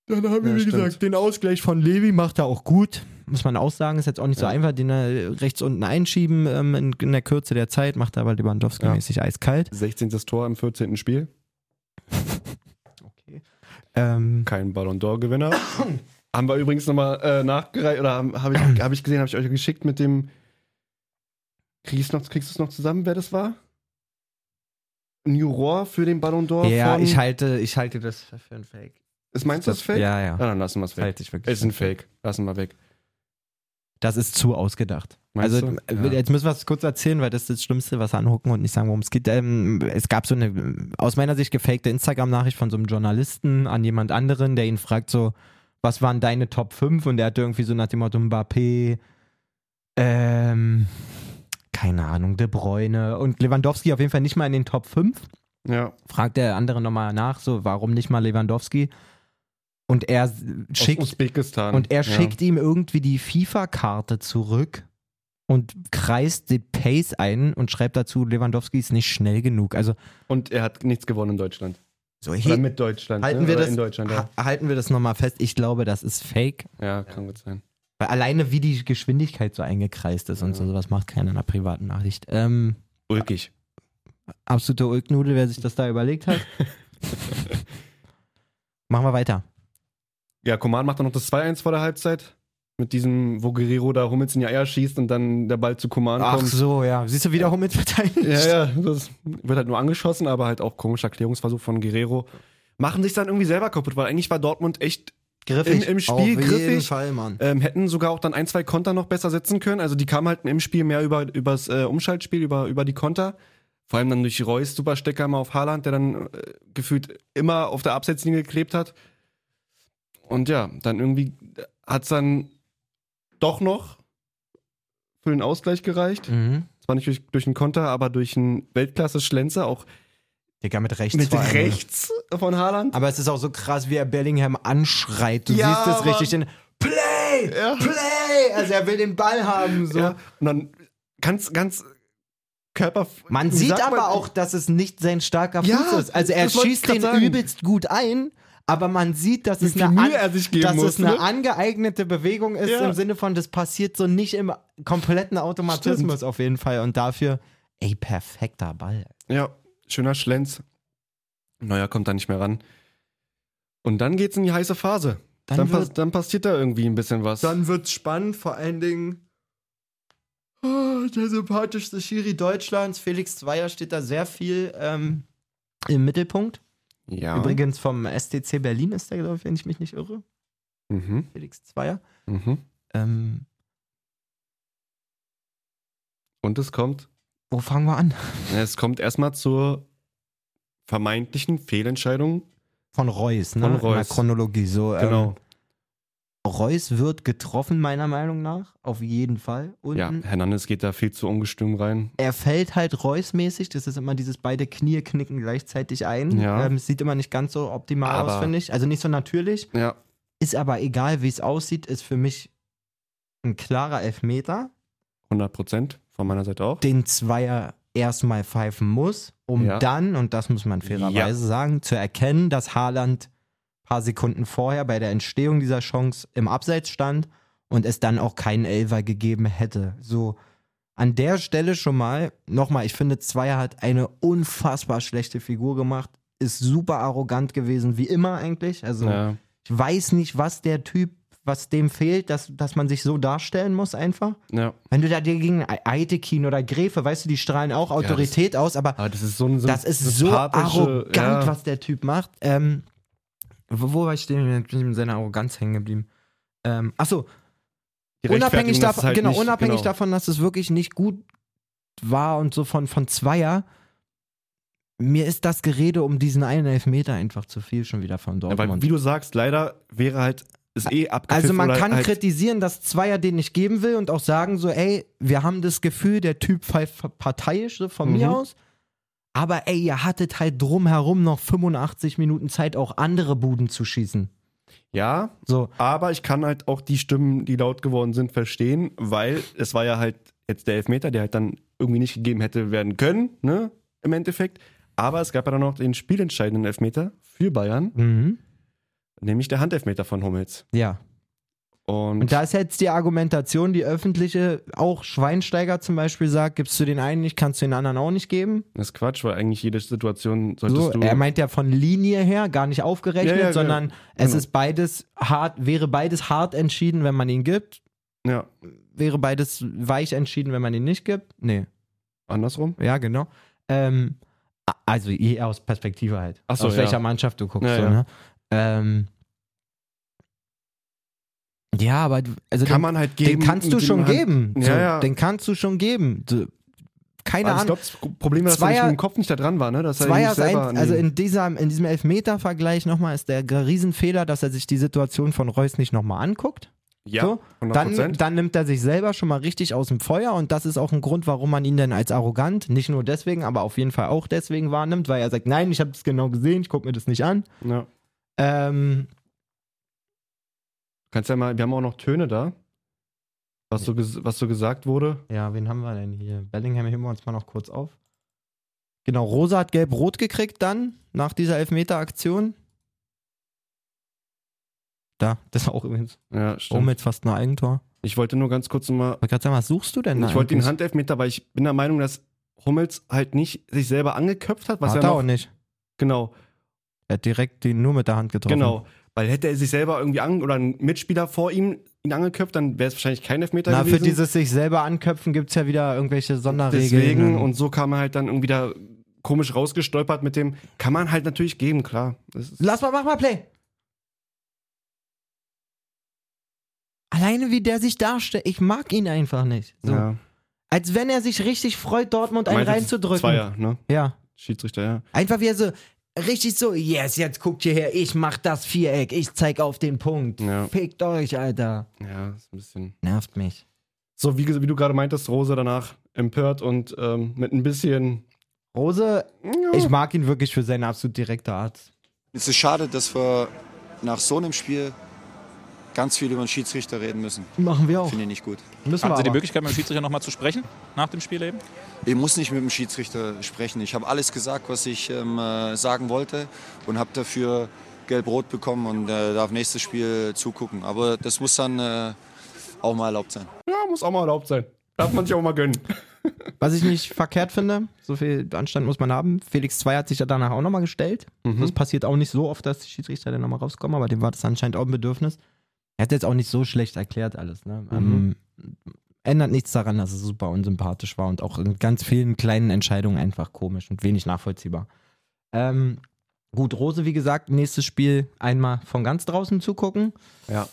Speaker 1: dann haben
Speaker 2: Ja, stimmt.
Speaker 1: den Ausgleich von Levi macht er auch gut. Muss man auch sagen, ist jetzt auch nicht so
Speaker 2: Ja.
Speaker 1: einfach, den äh, rechts unten einschieben ähm, in, in der Kürze der Zeit, macht er aber Lewandowski
Speaker 2: Ja.
Speaker 1: mäßig eiskalt.
Speaker 2: 16. Tor im 14. Spiel.
Speaker 1: Okay. Ähm,
Speaker 2: Kein Ballon d'Or Gewinner. haben wir übrigens nochmal äh, nachgereicht, oder habe hab ich, hab ich gesehen, habe ich euch geschickt mit dem. Krieg ich's noch, kriegst du es noch zusammen, wer das war? Ein Juror für den Ballon d'Or?
Speaker 1: ja,
Speaker 2: von,
Speaker 1: ich halte, ich halte das für ein Fake.
Speaker 2: Ist, meinst du das Fake?
Speaker 1: Ja, Halt. ja.
Speaker 2: Ah, dann lassen wir es
Speaker 1: Das
Speaker 2: weg.
Speaker 1: halte ich wirklich.
Speaker 2: Ist ein Fake. Lassen wir weg.
Speaker 1: Das ist zu ausgedacht.
Speaker 2: Meinst
Speaker 1: also,
Speaker 2: du?
Speaker 1: äh,
Speaker 2: Ja.
Speaker 1: jetzt müssen wir es kurz erzählen, weil das ist das Schlimmste, was wir angucken und nicht sagen, worum es geht. Ähm, es gab so eine, aus meiner Sicht, gefakte Instagram-Nachricht von so einem Journalisten an jemand anderen, der ihn fragt, so, was waren deine Top 5? Und der hatte irgendwie so nach dem Motto Mbappé, ähm, keine Ahnung, De Bruyne und Lewandowski auf jeden Fall nicht mal in den Top 5
Speaker 2: Ja.
Speaker 1: fragt der andere nochmal nach, so warum nicht mal Lewandowski? Und er s-
Speaker 2: Aus
Speaker 1: schickt,
Speaker 2: Usbekistan.
Speaker 1: und er
Speaker 2: ja.
Speaker 1: schickt ihm irgendwie die FIFA-Karte zurück und kreist den Pace ein und schreibt dazu, Lewandowski ist nicht schnell genug. Also
Speaker 2: Und er hat nichts gewonnen in Deutschland.
Speaker 1: so
Speaker 2: Oder
Speaker 1: he-
Speaker 2: mit Deutschland.
Speaker 1: halten
Speaker 2: ne?
Speaker 1: wir
Speaker 2: Oder
Speaker 1: das,
Speaker 2: in Deutschland,
Speaker 1: ha
Speaker 2: ja.
Speaker 1: halten wir das nochmal fest. Ich glaube, das ist fake.
Speaker 2: Ja, kann gut sein.
Speaker 1: Weil alleine wie die Geschwindigkeit so eingekreist ist und so, sowas macht keiner in einer privaten Nachricht. Ähm,
Speaker 2: Ulkig.
Speaker 1: absolute Ulknudel, wer sich das da überlegt hat. Machen wir weiter.
Speaker 2: Ja, Koman macht dann noch das 2-1 vor der Halbzeit. Mit diesem, wo Guerrero da Hummels in die Eier schießt und dann der Ball zu Koman
Speaker 1: Ach
Speaker 2: kommt.
Speaker 1: so, ja. Siehst du, wiederum mit verteidigt.
Speaker 2: Ja, ja, das wird halt nur angeschossen, aber halt auch komischer Erklärungsversuch von Guerrero. Machen sich dann irgendwie selber kaputt, weil eigentlich war Dortmund echt,
Speaker 1: Griffig.
Speaker 2: Im- im Spiel
Speaker 1: Auf jeden
Speaker 2: griffig.
Speaker 1: Fall, Mann.
Speaker 2: ähm, hätten sogar auch dann ein, zwei Konter noch besser setzen können. Also die kamen halt im Spiel mehr über übers äh, Umschaltspiel, über, über die Konter. Vor allem dann durch Reus, Superstecker mal auf Haaland, der dann äh, gefühlt immer auf der Abseitslinie geklebt hat. Und ja, dann irgendwie hat's dann doch noch für den Ausgleich gereicht.
Speaker 1: Mhm.
Speaker 2: Zwar nicht durch, durch einen Konter, aber durch einen Weltklasse-Schlenzer, auch
Speaker 1: Digga, mit rechts.
Speaker 2: mit
Speaker 1: vor allem.
Speaker 2: rechts von Haaland.
Speaker 1: Aber es ist auch so krass, wie er Bellingham anschreit. Du
Speaker 2: Ja,
Speaker 1: siehst es
Speaker 2: Mann.
Speaker 1: richtig. Den Play!
Speaker 2: Ja.
Speaker 1: Play! Also er will den Ball haben. So.
Speaker 2: Ja, und dann ganz, ganz Körper.
Speaker 1: Man
Speaker 2: wie
Speaker 1: sieht
Speaker 2: sagt
Speaker 1: aber auch, dass es nicht sein starker Fuß
Speaker 2: Ja,
Speaker 1: ist. Also er
Speaker 2: das wollte ich
Speaker 1: schießt
Speaker 2: grad
Speaker 1: den
Speaker 2: sagen.
Speaker 1: übelst gut ein, aber man sieht, dass
Speaker 2: wie
Speaker 1: es
Speaker 2: viel
Speaker 1: eine, an,
Speaker 2: Mühe er sich geben
Speaker 1: dass
Speaker 2: muss.
Speaker 1: es eine
Speaker 2: ne?
Speaker 1: angeeignete Bewegung ist,
Speaker 2: Ja.
Speaker 1: im Sinne von, das passiert so nicht im kompletten Automatismus auf jeden Fall. Und dafür, ey, perfekter Ball.
Speaker 2: Ja, schöner Schlenz. Neuer kommt da nicht mehr ran. Und dann geht's in die heiße Phase. Dann,
Speaker 1: wird-
Speaker 2: pass dann passiert da irgendwie ein bisschen was.
Speaker 1: Dann wird's spannend, vor allen Dingen. oh, Der sympathischste Schiri Deutschlands, Felix Zweier, steht da sehr viel ähm, im Mittelpunkt.
Speaker 2: ja.
Speaker 1: Übrigens vom STC Berlin ist der, glaube ich, wenn ich mich nicht irre.
Speaker 2: Mhm,
Speaker 1: Felix Zweier.
Speaker 2: mhm.
Speaker 1: Ähm,
Speaker 2: Und es kommt.
Speaker 1: wo fangen wir an?
Speaker 2: Es kommt erstmal zur vermeintlichen Fehlentscheidung.
Speaker 1: Von Reus, Genau. ne?
Speaker 2: Von
Speaker 1: In der
Speaker 2: Reus.
Speaker 1: Chronologie. So,
Speaker 2: Genau.
Speaker 1: Ähm, Reus wird getroffen, meiner Meinung nach. Auf jeden Fall. Unten.
Speaker 2: Ähm, Ja, Hernandez geht da viel zu ungestüm rein.
Speaker 1: er fällt halt Reus-mäßig. Das ist immer dieses beide Knie knicken gleichzeitig ein.
Speaker 2: Ja.
Speaker 1: Ähm, es sieht immer nicht ganz so optimal aus,
Speaker 2: Aber-
Speaker 1: finde ich. Also nicht so natürlich.
Speaker 2: Ja,
Speaker 1: Ist aber egal, wie es aussieht, ist für mich ein klarer Elfmeter,
Speaker 2: 100 Prozent. Von meiner Seite auch.
Speaker 1: den Zweier erstmal pfeifen muss, um
Speaker 2: Ja.
Speaker 1: dann, und das muss man fairerweise sagen, zu erkennen, dass Haaland ein paar Sekunden vorher bei der Entstehung dieser Chance im Abseits stand und es dann auch keinen Elfer gegeben hätte. So, An der Stelle schon mal, nochmal, ich finde, Zweier hat eine unfassbar schlechte Figur gemacht, ist super arrogant gewesen, wie immer eigentlich. Also
Speaker 2: Ja.
Speaker 1: ich weiß nicht, was der Typ, was dem fehlt, dass, dass man sich so darstellen muss einfach.
Speaker 2: ja.
Speaker 1: Wenn du da dir gegen Aitekin oder Gräfe, weißt du, die strahlen auch
Speaker 2: das-
Speaker 1: Autorität aus, aber
Speaker 2: Aber das ist so ein so
Speaker 1: das ist so
Speaker 2: sympathische-
Speaker 1: arrogant,
Speaker 2: ja.
Speaker 1: was der Typ macht. Ähm, wo, wo war ich denn mit mit seiner Arroganz hängen geblieben? Ähm, achso,
Speaker 2: Die
Speaker 1: unabhängig,
Speaker 2: rechtfertigen das
Speaker 1: davon,
Speaker 2: halt
Speaker 1: genau,
Speaker 2: nicht,
Speaker 1: unabhängig
Speaker 2: genau.
Speaker 1: davon, dass es wirklich nicht gut war und so von, von Zweier, mir ist das Gerede um diesen einen Elfmeter einfach zu viel schon wieder von
Speaker 2: Ja,
Speaker 1: Dortmund.
Speaker 2: weil, wie du sagst, leider wäre halt, ist eh abgepfiffen.
Speaker 1: Also man
Speaker 2: oder
Speaker 1: kann
Speaker 2: halt,
Speaker 1: kritisieren, dass Zweier den nicht geben will und auch sagen so, ey, wir haben das Gefühl, der Typ pfeift parteiisch so von mir
Speaker 2: Mhm.
Speaker 1: aus. Aber ey, ihr hattet halt drumherum noch 85 Minuten Zeit, auch andere Buden zu schießen.
Speaker 2: Ja,
Speaker 1: So,
Speaker 2: aber ich kann halt auch die Stimmen, die laut geworden sind, verstehen, weil es war ja halt jetzt der Elfmeter, der halt dann irgendwie nicht gegeben hätte werden können, ne, im Endeffekt. Aber es gab ja dann noch den spielentscheidenden Elfmeter für Bayern,
Speaker 1: mhm.
Speaker 2: nämlich der Handelfmeter von Hummels.
Speaker 1: ja.
Speaker 2: Und,
Speaker 1: Und da ist jetzt die Argumentation, die öffentliche, auch Schweinsteiger zum Beispiel sagt, gibst du den einen nicht, kannst du den anderen auch nicht geben.
Speaker 2: das ist Quatsch, weil eigentlich jede Situation solltest
Speaker 1: So,
Speaker 2: du.
Speaker 1: er meint ja von Linie her, gar nicht aufgerechnet,
Speaker 2: Ja, ja,
Speaker 1: sondern es
Speaker 2: genau.
Speaker 1: ist beides hart, wäre beides hart entschieden, wenn man ihn gibt.
Speaker 2: ja,
Speaker 1: wäre beides weich entschieden, wenn man ihn nicht gibt. Nee,
Speaker 2: andersrum.
Speaker 1: ja, genau. Ähm, a- also je aus Perspektive halt.
Speaker 2: Ach so,
Speaker 1: aus
Speaker 2: ja.
Speaker 1: welcher Mannschaft du guckst.
Speaker 2: Ja,
Speaker 1: so,
Speaker 2: ja.
Speaker 1: Ne? Ähm, ja, aber du- also
Speaker 2: Kann
Speaker 1: den,
Speaker 2: man halt
Speaker 1: den
Speaker 2: geben.
Speaker 1: kannst du
Speaker 2: mit
Speaker 1: schon
Speaker 2: dem Hand-
Speaker 1: geben. So,
Speaker 2: Ja, ja.
Speaker 1: Den kannst du schon geben. So, keine
Speaker 2: Aber ich
Speaker 1: Ahnung.
Speaker 2: glaube, das Problem war, dass
Speaker 1: Zweier-
Speaker 2: er mit dem Kopf nicht da dran war, ne? Dass er
Speaker 1: Zweier
Speaker 2: nicht
Speaker 1: ist
Speaker 2: selber
Speaker 1: ein,
Speaker 2: an
Speaker 1: also
Speaker 2: die-
Speaker 1: in, dieser, in diesem Elfmeter-Vergleich nochmal ist der Riesenfehler, dass er sich die Situation von Reus nicht nochmal anguckt.
Speaker 2: ja,
Speaker 1: so,
Speaker 2: 100%.
Speaker 1: dann, dann nimmt er sich selber schon mal richtig aus dem Feuer und das ist auch ein Grund, warum man ihn dann als arrogant, nicht nur deswegen, aber auf jeden Fall auch deswegen wahrnimmt, weil er sagt, nein, ich habe das genau gesehen, ich gucke mir das nicht an.
Speaker 2: ja.
Speaker 1: Ähm,
Speaker 2: Kannst ja mal, wir haben auch noch Töne da. Was so, ges- was so gesagt wurde.
Speaker 1: ja, wen haben wir denn hier? Bellingham heben wir uns mal noch kurz auf. Genau, Rosa hat gelb-rot gekriegt dann, nach dieser Elfmeter-Aktion. Da, das war auch übrigens.
Speaker 2: Ja,
Speaker 1: Oh, mit fast ein Eigentor.
Speaker 2: Ich wollte nur ganz kurz mal.
Speaker 1: Ich wollte gerade sagen, was suchst du denn da?
Speaker 2: ich wollte den
Speaker 1: eigentlich?
Speaker 2: Handelfmeter, weil ich bin der Meinung, dass Hummels halt nicht sich selber angeköpft hat, was
Speaker 1: Hat
Speaker 2: er
Speaker 1: er
Speaker 2: noch.
Speaker 1: auch nicht.
Speaker 2: Genau,
Speaker 1: Er hat direkt den nur mit der Hand getroffen.
Speaker 2: genau. Weil hätte er sich selber irgendwie an oder ein Mitspieler vor ihm ihn angeköpft, dann wäre es wahrscheinlich kein Elfmeter
Speaker 1: Na,
Speaker 2: gewesen.
Speaker 1: für dieses sich selber anköpfen gibt es ja wieder irgendwelche Sonderregeln.
Speaker 2: Deswegen und so kam er halt dann irgendwie da komisch rausgestolpert mit dem. Kann man halt natürlich geben, klar. Das ist,
Speaker 1: Lass mal, mach mal Play. Alleine wie der sich darstellt, ich mag ihn einfach nicht. So.
Speaker 2: ja.
Speaker 1: Als wenn er sich richtig freut, Dortmund einen
Speaker 2: Meinte
Speaker 1: reinzudrücken.
Speaker 2: Zweier, ne?
Speaker 1: Ja.
Speaker 2: Schiedsrichter, ja.
Speaker 1: Einfach wie er so, richtig so, yes, jetzt guckt hierher, ich mach das Viereck, ich zeig auf den Punkt.
Speaker 2: Ja.
Speaker 1: Fickt euch, Alter.
Speaker 2: Ja, ist ein bisschen.
Speaker 1: Nervt mich.
Speaker 2: So, wie, ges- wie du gerade meintest, Rose danach empört und ähm, mit ein bisschen.
Speaker 1: Rose, ich mag ihn wirklich für seine absolut direkte Art.
Speaker 4: Es ist schade, dass wir nach so einem Spiel ganz viel über den Schiedsrichter reden müssen.
Speaker 1: Machen wir auch.
Speaker 4: Finde ich nicht gut.
Speaker 1: Müssen
Speaker 5: Haben
Speaker 1: wir
Speaker 5: Sie die
Speaker 1: aber.
Speaker 5: Möglichkeit, mit dem Schiedsrichter nochmal zu sprechen nach dem Spiel eben?
Speaker 4: Ich muss nicht mit dem Schiedsrichter sprechen. Ich habe alles gesagt, was ich ähm, äh, sagen wollte und habe dafür gelb-rot bekommen und äh, darf nächstes Spiel zugucken. Aber das muss dann äh, auch mal erlaubt sein.
Speaker 2: Ja, muss auch mal erlaubt sein. Darf man sich auch mal gönnen.
Speaker 1: Was ich nicht verkehrt finde, so viel Anstand muss man haben. Felix 2 hat sich ja danach auch nochmal gestellt. Das passiert auch nicht so oft, dass die Schiedsrichter dann nochmal rauskommen, aber dem war das anscheinend auch ein Bedürfnis. Er hat jetzt auch nicht so schlecht erklärt alles. Ne? Ähm, ändert nichts daran, dass es super unsympathisch war und auch in ganz vielen kleinen Entscheidungen einfach komisch und wenig nachvollziehbar. Ähm, gut, Rose, wie gesagt, nächstes Spiel einmal von ganz draußen zugucken.
Speaker 2: Ja.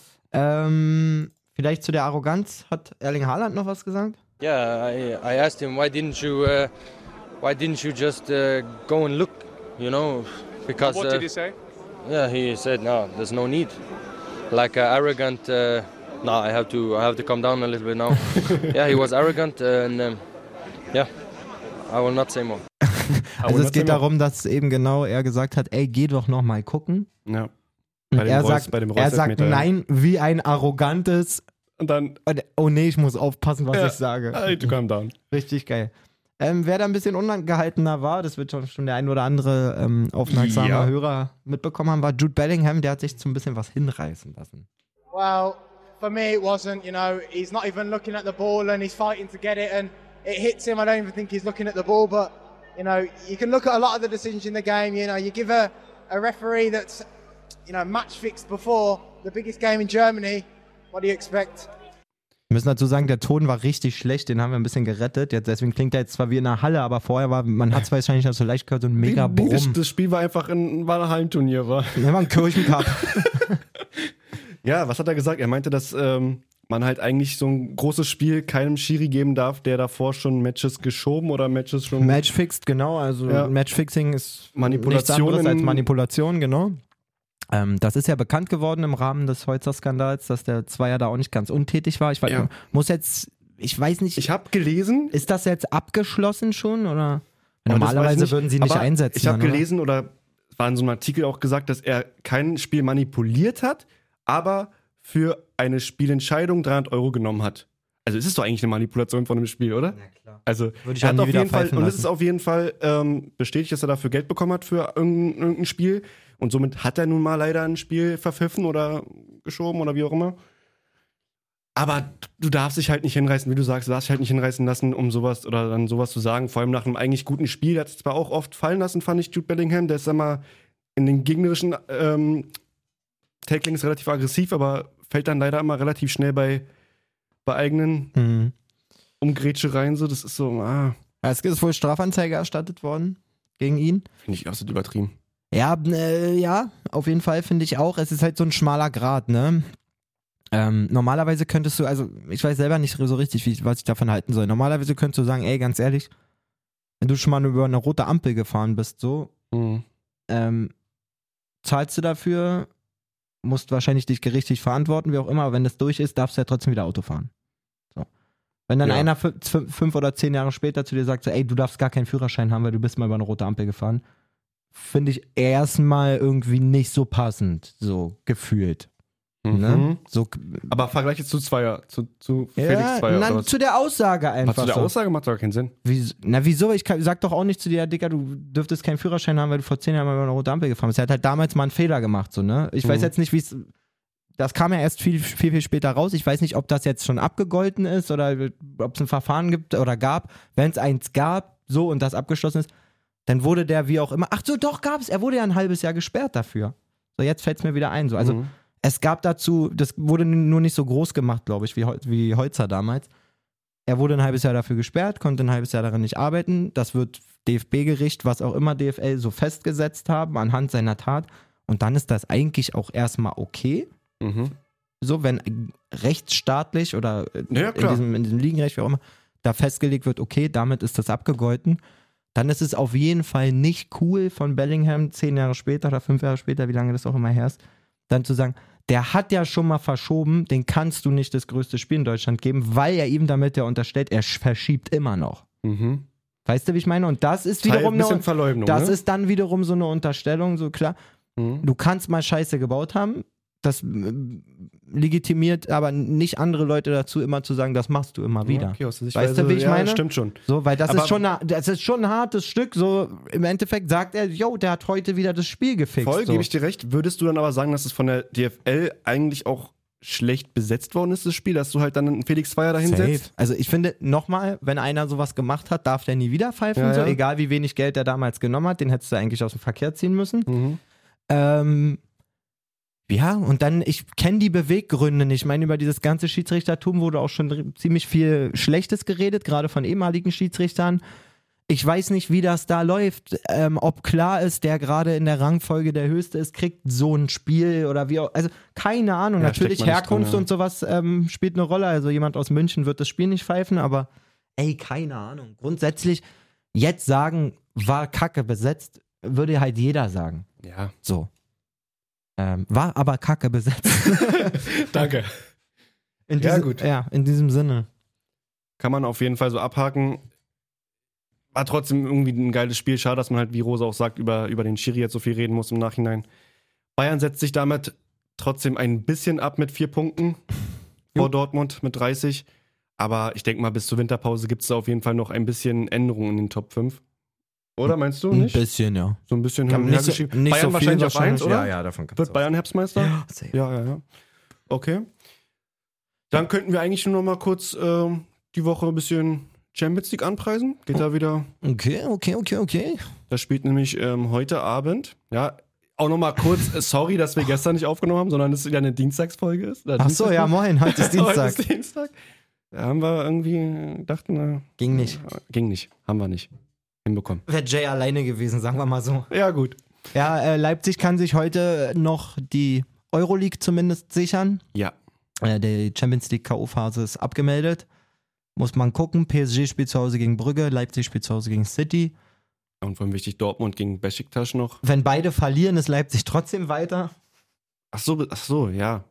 Speaker 1: Ähm, vielleicht zu der Arroganz. Hat Erling Haaland noch was gesagt?
Speaker 6: Yeah, I, I asked him why didn't you uh, why didn't you just uh, go and look, you know, because
Speaker 7: What
Speaker 6: uh,
Speaker 7: did he say?
Speaker 6: yeah he said no, there's no need, like uh, arrogant. Uh, no, I have to I have to calm down a little bit now. yeah, he was arrogant and um, yeah, I will not say more.
Speaker 1: Also es
Speaker 2: das
Speaker 1: geht
Speaker 2: immer-
Speaker 1: darum, dass eben genau er gesagt hat, ey, geh doch noch mal gucken.
Speaker 2: Ja.
Speaker 1: Und
Speaker 2: Bei dem
Speaker 1: er
Speaker 2: Reus-
Speaker 1: sagt,
Speaker 2: bei dem
Speaker 1: er sagt
Speaker 2: Reus-Elfmeter, ja.
Speaker 1: nein, wie ein arrogantes.
Speaker 2: Und dann.
Speaker 1: Und, oh nee, ich muss aufpassen, was
Speaker 2: Ja. Äh.
Speaker 1: ich sage.
Speaker 2: Hey, du kam down.
Speaker 1: Richtig geil. Ähm, wer da ein bisschen unangehaltener war, das wird schon, schon der ein oder andere ähm, aufmerksame
Speaker 2: Ja.
Speaker 1: Hörer mitbekommen haben, war Jude Bellingham, der hat sich so ein bisschen was hinreißen lassen.
Speaker 8: Well, for me, it wasn't. You know, he's not even looking at the ball and he's fighting to get it. And
Speaker 7: it hits him. I don't even think he's looking at the ball, but you know, you can look at a lot of the decisions in the game. You know, you give a, a referee that's you know match fixed before the biggest game in Germany. What do you expect?
Speaker 1: Wir müssen dazu sagen, der Ton war richtig schlecht, den haben wir ein bisschen gerettet. Jetzt, deswegen klingt er jetzt zwar wie in einer Halle, aber vorher war, man hat es wahrscheinlich noch so leicht gehört, so ein mega
Speaker 2: Die- die-
Speaker 1: Brumm.
Speaker 2: Das Spiel war einfach ein, war ein Hallenturnier, war.
Speaker 1: Nehmen wir einen Kirchencup.
Speaker 2: Ja, was hat er gesagt? Er meinte, dass ähm, man halt eigentlich so ein großes Spiel keinem Schiri geben darf, der davor schon Matches geschoben oder Matches schon.
Speaker 1: Matchfixed, genau. Also
Speaker 2: Ja.
Speaker 1: Matchfixing ist
Speaker 2: Manipulation
Speaker 1: nichts anderes
Speaker 2: in-
Speaker 1: als Manipulation, genau. Ähm, das ist ja bekannt geworden im Rahmen des Holzer-Skandals, dass der Zweier da auch nicht ganz untätig war. Ich weiß,
Speaker 2: Ja.
Speaker 1: muss jetzt, ich weiß nicht,
Speaker 2: ich habe gelesen.
Speaker 1: ist das jetzt abgeschlossen schon oder?
Speaker 2: aber das weiß
Speaker 1: Normalerweise
Speaker 2: ich
Speaker 1: würden sie nicht
Speaker 2: aber
Speaker 1: einsetzen.
Speaker 2: Ich habe
Speaker 1: dann, oder?
Speaker 2: gelesen oder es war in so einem Artikel auch gesagt, dass er kein Spiel manipuliert hat, aber für eine Spielentscheidung 300 Euro genommen hat. Also es ist doch eigentlich eine Manipulation von einem Spiel, oder? Also
Speaker 1: Würde ich auch
Speaker 2: er hat
Speaker 1: nie
Speaker 2: auf
Speaker 1: wieder
Speaker 2: jeden Fall
Speaker 1: pfeifen
Speaker 2: und es
Speaker 1: lassen.
Speaker 2: ist auf jeden Fall ähm, bestätigt, dass er dafür Geld bekommen hat für irgendein, irgendein Spiel und somit hat er nun mal leider ein Spiel verpfiffen oder geschoben oder wie auch immer. Aber du darfst dich halt nicht hinreißen, wie du sagst, du darfst dich halt nicht hinreißen lassen, um sowas oder dann sowas zu sagen. Vor allem nach einem eigentlich guten Spiel, der hat es zwar auch oft fallen lassen, fand ich Jude Bellingham, der ist immer in den gegnerischen ähm, Tacklings relativ aggressiv, aber fällt dann leider immer relativ schnell bei, bei eigenen
Speaker 1: Mhm.
Speaker 2: Umgrätschereien so. Das ist so, ah,
Speaker 1: Es ist wohl Strafanzeige erstattet worden gegen ihn.
Speaker 2: finde ich absolut übertrieben.
Speaker 1: Ja, äh, ja, auf jeden Fall finde ich auch. Es ist halt so ein schmaler Grad, ne? Ähm, normalerweise könntest du, also ich weiß selber nicht so richtig, wie, ich- was ich davon halten soll. Normalerweise könntest du sagen, ey, ganz ehrlich, wenn du schon mal über eine rote Ampel gefahren bist, so,
Speaker 2: Mhm.
Speaker 1: ähm, zahlst du dafür, musst wahrscheinlich dich gerichtlich verantworten, wie auch immer, aber wenn das durch ist, darfst du ja trotzdem wieder Auto fahren. So. Wenn dann
Speaker 2: Ja.
Speaker 1: einer fü- fü- fünf oder zehn Jahre später zu dir sagt, so, ey, du darfst gar keinen Führerschein haben, weil du bist mal über eine rote Ampel gefahren, finde ich erstmal irgendwie nicht so passend, so gefühlt.
Speaker 2: Mhm.
Speaker 1: Ne? So,
Speaker 2: Aber vergleich jetzt zu Zweier, zu, zu Felix
Speaker 1: ja,
Speaker 2: Zweier.
Speaker 1: na,
Speaker 2: oder was?
Speaker 1: zu der Aussage einfach.
Speaker 2: Aber zu der
Speaker 1: so.
Speaker 2: Aussage macht doch keinen Sinn.
Speaker 1: Wieso- na, wieso? Ich kann, sag doch auch nicht zu dir, ja, Dicker, du dürftest keinen Führerschein haben, weil du vor zehn Jahren mal über eine rote Ampel gefahren bist. Er hat halt damals mal einen Fehler gemacht, so, ne? Ich weiß
Speaker 2: Mhm.
Speaker 1: jetzt nicht, wie es. Das kam ja erst viel, viel, viel später raus. Ich weiß nicht, ob das jetzt schon abgegolten ist oder ob es ein Verfahren gibt oder gab. Wenn es eins gab, so und das abgeschlossen ist, dann wurde der wie auch immer. Ach so, doch, gab es. Er wurde ja ein halbes Jahr gesperrt dafür. So, jetzt fällt es mir wieder ein. So. Also,
Speaker 2: Mhm.
Speaker 1: es gab dazu, das wurde n- nur nicht so groß gemacht, glaube ich, wie, Hol- wie Holzer damals. Er wurde ein halbes Jahr dafür gesperrt, konnte ein halbes Jahr daran nicht arbeiten. Das wird DFB-Gericht, was auch immer DFL, so festgesetzt haben anhand seiner Tat. Und dann ist das eigentlich auch erstmal okay.
Speaker 2: Mhm.
Speaker 1: So, wenn äh, rechtsstaatlich oder äh,
Speaker 2: Ja, ja,
Speaker 1: in,
Speaker 2: klar.
Speaker 1: diesem, in diesem Liegenrecht, wie auch immer, da festgelegt wird, okay, damit ist das abgegolten. Dann ist es auf jeden Fall nicht cool von Bellingham zehn Jahre später oder fünf Jahre später, wie lange das auch immer her ist, dann zu sagen, der hat ja schon mal verschoben, den kannst du nicht das größte Spiel in Deutschland geben, weil er ihm damit ja unterstellt, er sch- verschiebt immer noch.
Speaker 2: Mhm.
Speaker 1: Weißt du, wie ich meine? Und das ist
Speaker 2: Teil,
Speaker 1: wiederum
Speaker 2: ein bisschen
Speaker 1: eine,
Speaker 2: Verleumdung.
Speaker 1: das
Speaker 2: ne?
Speaker 1: ist dann wiederum so eine Unterstellung, so klar.
Speaker 2: Mhm.
Speaker 1: Du kannst mal Scheiße gebaut haben, das äh, legitimiert aber nicht andere Leute dazu, immer zu sagen, das machst du immer wieder.
Speaker 2: Ja, Okay, aus der
Speaker 1: Weißt
Speaker 2: Sichtweise-
Speaker 1: du, wie ich
Speaker 2: ja,
Speaker 1: meine?
Speaker 2: Stimmt schon.
Speaker 1: So, weil das
Speaker 2: Aber-
Speaker 1: ist, schon eine, das ist schon ein hartes Stück. So, im Endeffekt sagt er, yo, der hat heute wieder das Spiel gefixt.
Speaker 2: Voll,
Speaker 1: so.
Speaker 2: gebe ich dir recht. Würdest du dann aber sagen, dass es von der DFL eigentlich auch schlecht besetzt worden ist, das Spiel, dass du halt dann einen Felix Zweier dahin setzt?
Speaker 1: Also ich finde, nochmal, wenn einer sowas gemacht hat, darf der nie wieder pfeifen.
Speaker 2: Ja,
Speaker 1: so,
Speaker 2: ja.
Speaker 1: Egal wie wenig Geld er damals genommen hat, den hättest du eigentlich aus dem Verkehr ziehen müssen.
Speaker 2: Mhm.
Speaker 1: Ähm, ja, und dann, ich kenne die Beweggründe nicht. Ich meine, über dieses ganze Schiedsrichtertum wurde auch schon dr- ziemlich viel Schlechtes geredet, gerade von ehemaligen Schiedsrichtern. Ich weiß nicht, wie das da läuft. Ähm, ob klar ist, der gerade in der Rangfolge der Höchste ist, kriegt so ein Spiel oder wie auch. Also keine Ahnung.
Speaker 2: Ja,
Speaker 1: Natürlich
Speaker 2: steckt man nicht
Speaker 1: Herkunft
Speaker 2: drin, ja.
Speaker 1: und sowas ähm, spielt eine Rolle. Also jemand aus München wird das Spiel nicht pfeifen, aber ey, keine Ahnung. Grundsätzlich jetzt sagen, war Kacke besetzt, würde halt jeder sagen.
Speaker 2: Ja,
Speaker 1: So. Ähm, war aber kacke besetzt.
Speaker 2: danke.
Speaker 1: In
Speaker 2: Ja,
Speaker 1: diese-
Speaker 2: gut.
Speaker 1: Ja, in diesem Sinne.
Speaker 2: Kann man auf jeden Fall so abhaken. War trotzdem irgendwie ein geiles Spiel. Schade, dass man halt, wie Rosa auch sagt, über, über den Schiri jetzt so viel reden muss im Nachhinein. Bayern setzt sich damit trotzdem ein bisschen ab mit vier Punkten vor
Speaker 1: Jo.
Speaker 2: Dortmund mit 30. Aber ich denke mal, bis zur Winterpause gibt es da auf jeden Fall noch ein bisschen Änderungen in den Top 5. Oder meinst du nicht?
Speaker 1: bisschen, ja.
Speaker 2: So ein bisschen
Speaker 1: Kann
Speaker 2: hin-
Speaker 1: nicht so, nicht
Speaker 2: hergeschrieben. Hm, also Bayern
Speaker 1: so viel
Speaker 2: wahrscheinlich auf 1, oder?
Speaker 1: Ja, ja, davon kannst
Speaker 2: Wird Bayern Herbstmeister?
Speaker 1: ja, safe.
Speaker 2: Ja, ja, ja. Okay. Dann könnten wir eigentlich nur noch mal kurz ähm, die Woche ein bisschen Champions League anpreisen. Geht da wieder.
Speaker 1: Okay, okay, okay, okay.
Speaker 2: Das spielt nämlich ähm, heute Abend. Ja, auch nochmal kurz, äh, sorry, dass wir gestern nicht aufgenommen haben, sondern es wieder eine Dienstagsfolge ist. Oder
Speaker 1: Ach so, ja,
Speaker 2: Dienstagsfolge.
Speaker 1: moin, heute ist
Speaker 2: Heute
Speaker 1: Dienstag.
Speaker 2: ist Dienstag. Da haben wir irgendwie, äh, dachten, na,
Speaker 1: Ging nicht.
Speaker 2: ging nicht. Haben wir nicht hinbekommen.
Speaker 1: Wäre Jay alleine gewesen, sagen wir mal so.
Speaker 2: Ja, gut.
Speaker 1: Ja, äh, Leipzig kann sich heute noch die Euroleague zumindest sichern.
Speaker 2: Ja.
Speaker 1: Äh, die Champions League K.O.-Phase ist abgemeldet. Muss man gucken. PSG spielt zu Hause gegen Brügge, Leipzig spielt zu Hause gegen City.
Speaker 2: Und vor allem wichtig, Dortmund gegen Besiktas noch.
Speaker 1: Wenn beide verlieren, ist Leipzig trotzdem weiter.
Speaker 2: Ach so, ach so, ja.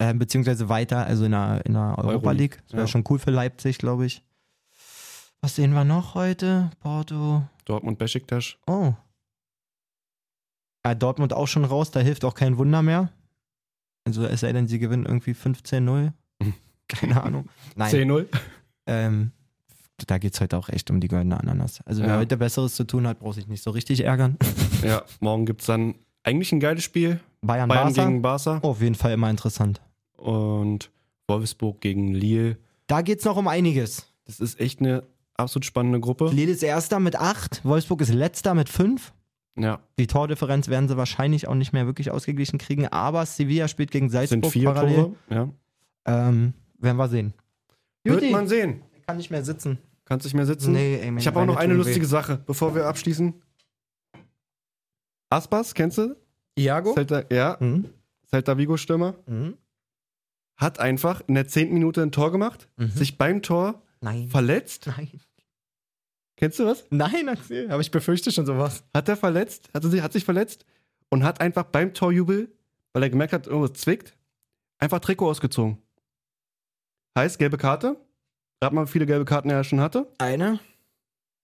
Speaker 1: Äh, beziehungsweise weiter, also in der, in der Europa
Speaker 2: Euroleague,
Speaker 1: League. Das wäre
Speaker 2: ja.
Speaker 1: schon cool für Leipzig, glaube ich. Was sehen wir noch heute? Porto.
Speaker 2: Dortmund, Besiktas.
Speaker 1: Oh. Ja, Dortmund auch schon raus, da hilft auch kein Wunder mehr. Also es sei denn, sie gewinnen irgendwie 15-0. Keine Ahnung. Nein,
Speaker 2: 10-0.
Speaker 1: ähm, da geht es heute auch echt um die goldene Ananas. Also wer
Speaker 2: Ja.
Speaker 1: heute Besseres zu tun hat, braucht sich nicht so richtig ärgern.
Speaker 2: Ja, morgen gibt es dann eigentlich ein geiles Spiel.
Speaker 1: Bayern,
Speaker 2: Bayern
Speaker 1: Barca,
Speaker 2: gegen Barca
Speaker 1: oh, auf jeden Fall immer interessant.
Speaker 2: und Wolfsburg gegen Lille.
Speaker 1: Da geht es noch um einiges.
Speaker 2: Das ist echt eine absolut spannende Gruppe.
Speaker 1: Lille ist Erster mit 8, Wolfsburg ist Letzter mit 5.
Speaker 2: Ja,
Speaker 1: Die Tordifferenz werden sie wahrscheinlich auch nicht mehr wirklich ausgeglichen kriegen, aber Sevilla spielt gegen
Speaker 2: es
Speaker 1: Salzburg
Speaker 2: sind vier
Speaker 1: parallel.
Speaker 2: Tore. Ja.
Speaker 1: Ähm, werden wir sehen.
Speaker 2: Wird man sehen.
Speaker 1: kann nicht mehr sitzen.
Speaker 2: Kannst nicht mehr sitzen.
Speaker 1: ey,
Speaker 2: ich habe auch noch eine lustige Sache, bevor wir abschließen. Aspas, kennst du?
Speaker 1: Iago?
Speaker 2: Celta, ja,
Speaker 1: Mhm.
Speaker 2: Celta Vigo-Stürmer.
Speaker 1: Mhm.
Speaker 2: Hat einfach in der zehnten Minute ein Tor gemacht,
Speaker 1: Mhm.
Speaker 2: sich beim Tor
Speaker 1: Nein.
Speaker 2: verletzt.
Speaker 1: Nein.
Speaker 2: Kennst du was?
Speaker 1: Nein, Axel, aber ich befürchte schon sowas.
Speaker 2: Hat er verletzt, hat, er sich, hat sich verletzt und hat einfach beim Torjubel, weil er gemerkt hat, irgendwas zwickt, einfach Trikot ausgezogen. Heißt, gelbe Karte. Rat mal, wie viele gelbe Karten er schon hatte.
Speaker 1: Eine?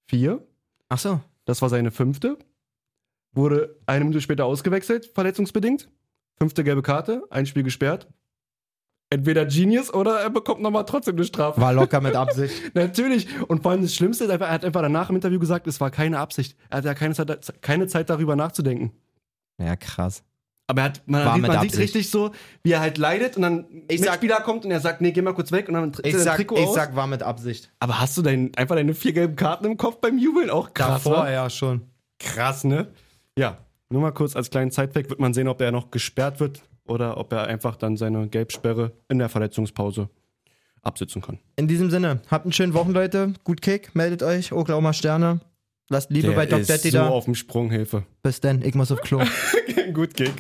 Speaker 2: Vier.
Speaker 1: Ach so.
Speaker 2: Das war seine fünfte. Wurde eine Minute später ausgewechselt, verletzungsbedingt. Fünfte gelbe Karte, ein Spiel gesperrt. Entweder Genius oder er bekommt nochmal trotzdem eine Strafe.
Speaker 1: War locker mit Absicht.
Speaker 2: Natürlich. Und vor allem das Schlimmste ist einfach, er hat einfach danach im Interview gesagt, es war keine Absicht. Er hat ja keine Zeit, keine Zeit darüber nachzudenken.
Speaker 1: ja, krass.
Speaker 2: Aber er hat, man,
Speaker 1: War
Speaker 2: sieht,
Speaker 1: mit
Speaker 2: man sieht
Speaker 1: Absicht.
Speaker 2: richtig so, wie er halt leidet und dann ein
Speaker 1: Ich sag-
Speaker 2: Mitspieler kommt und er sagt, nee, geh mal kurz weg und dann tritt
Speaker 1: Ich
Speaker 2: er
Speaker 1: sag,
Speaker 2: Trikot
Speaker 1: ich
Speaker 2: aus.
Speaker 1: sag, war mit Absicht.
Speaker 2: Aber hast du dein, einfach deine vier gelben Karten im Kopf beim Jubeln? Auch krass, wa?
Speaker 1: ja schon.
Speaker 2: Krass, ne? Ja, nur mal kurz als kleinen Zeitweg wird man sehen, ob er noch gesperrt wird oder ob er einfach dann seine Gelbsperre in der Verletzungspause absitzen kann.
Speaker 1: In diesem Sinne, habt einen schönen Wochen, Leute. Gut Kick, meldet euch. Oklahoma Sterne. Lasst Liebe bei Doc
Speaker 2: ist
Speaker 1: Daddy
Speaker 2: so
Speaker 1: da.
Speaker 2: auf dem Sprung, Hilfe.
Speaker 1: Bis dann, ich muss auf Klo.
Speaker 2: Gut, Gig.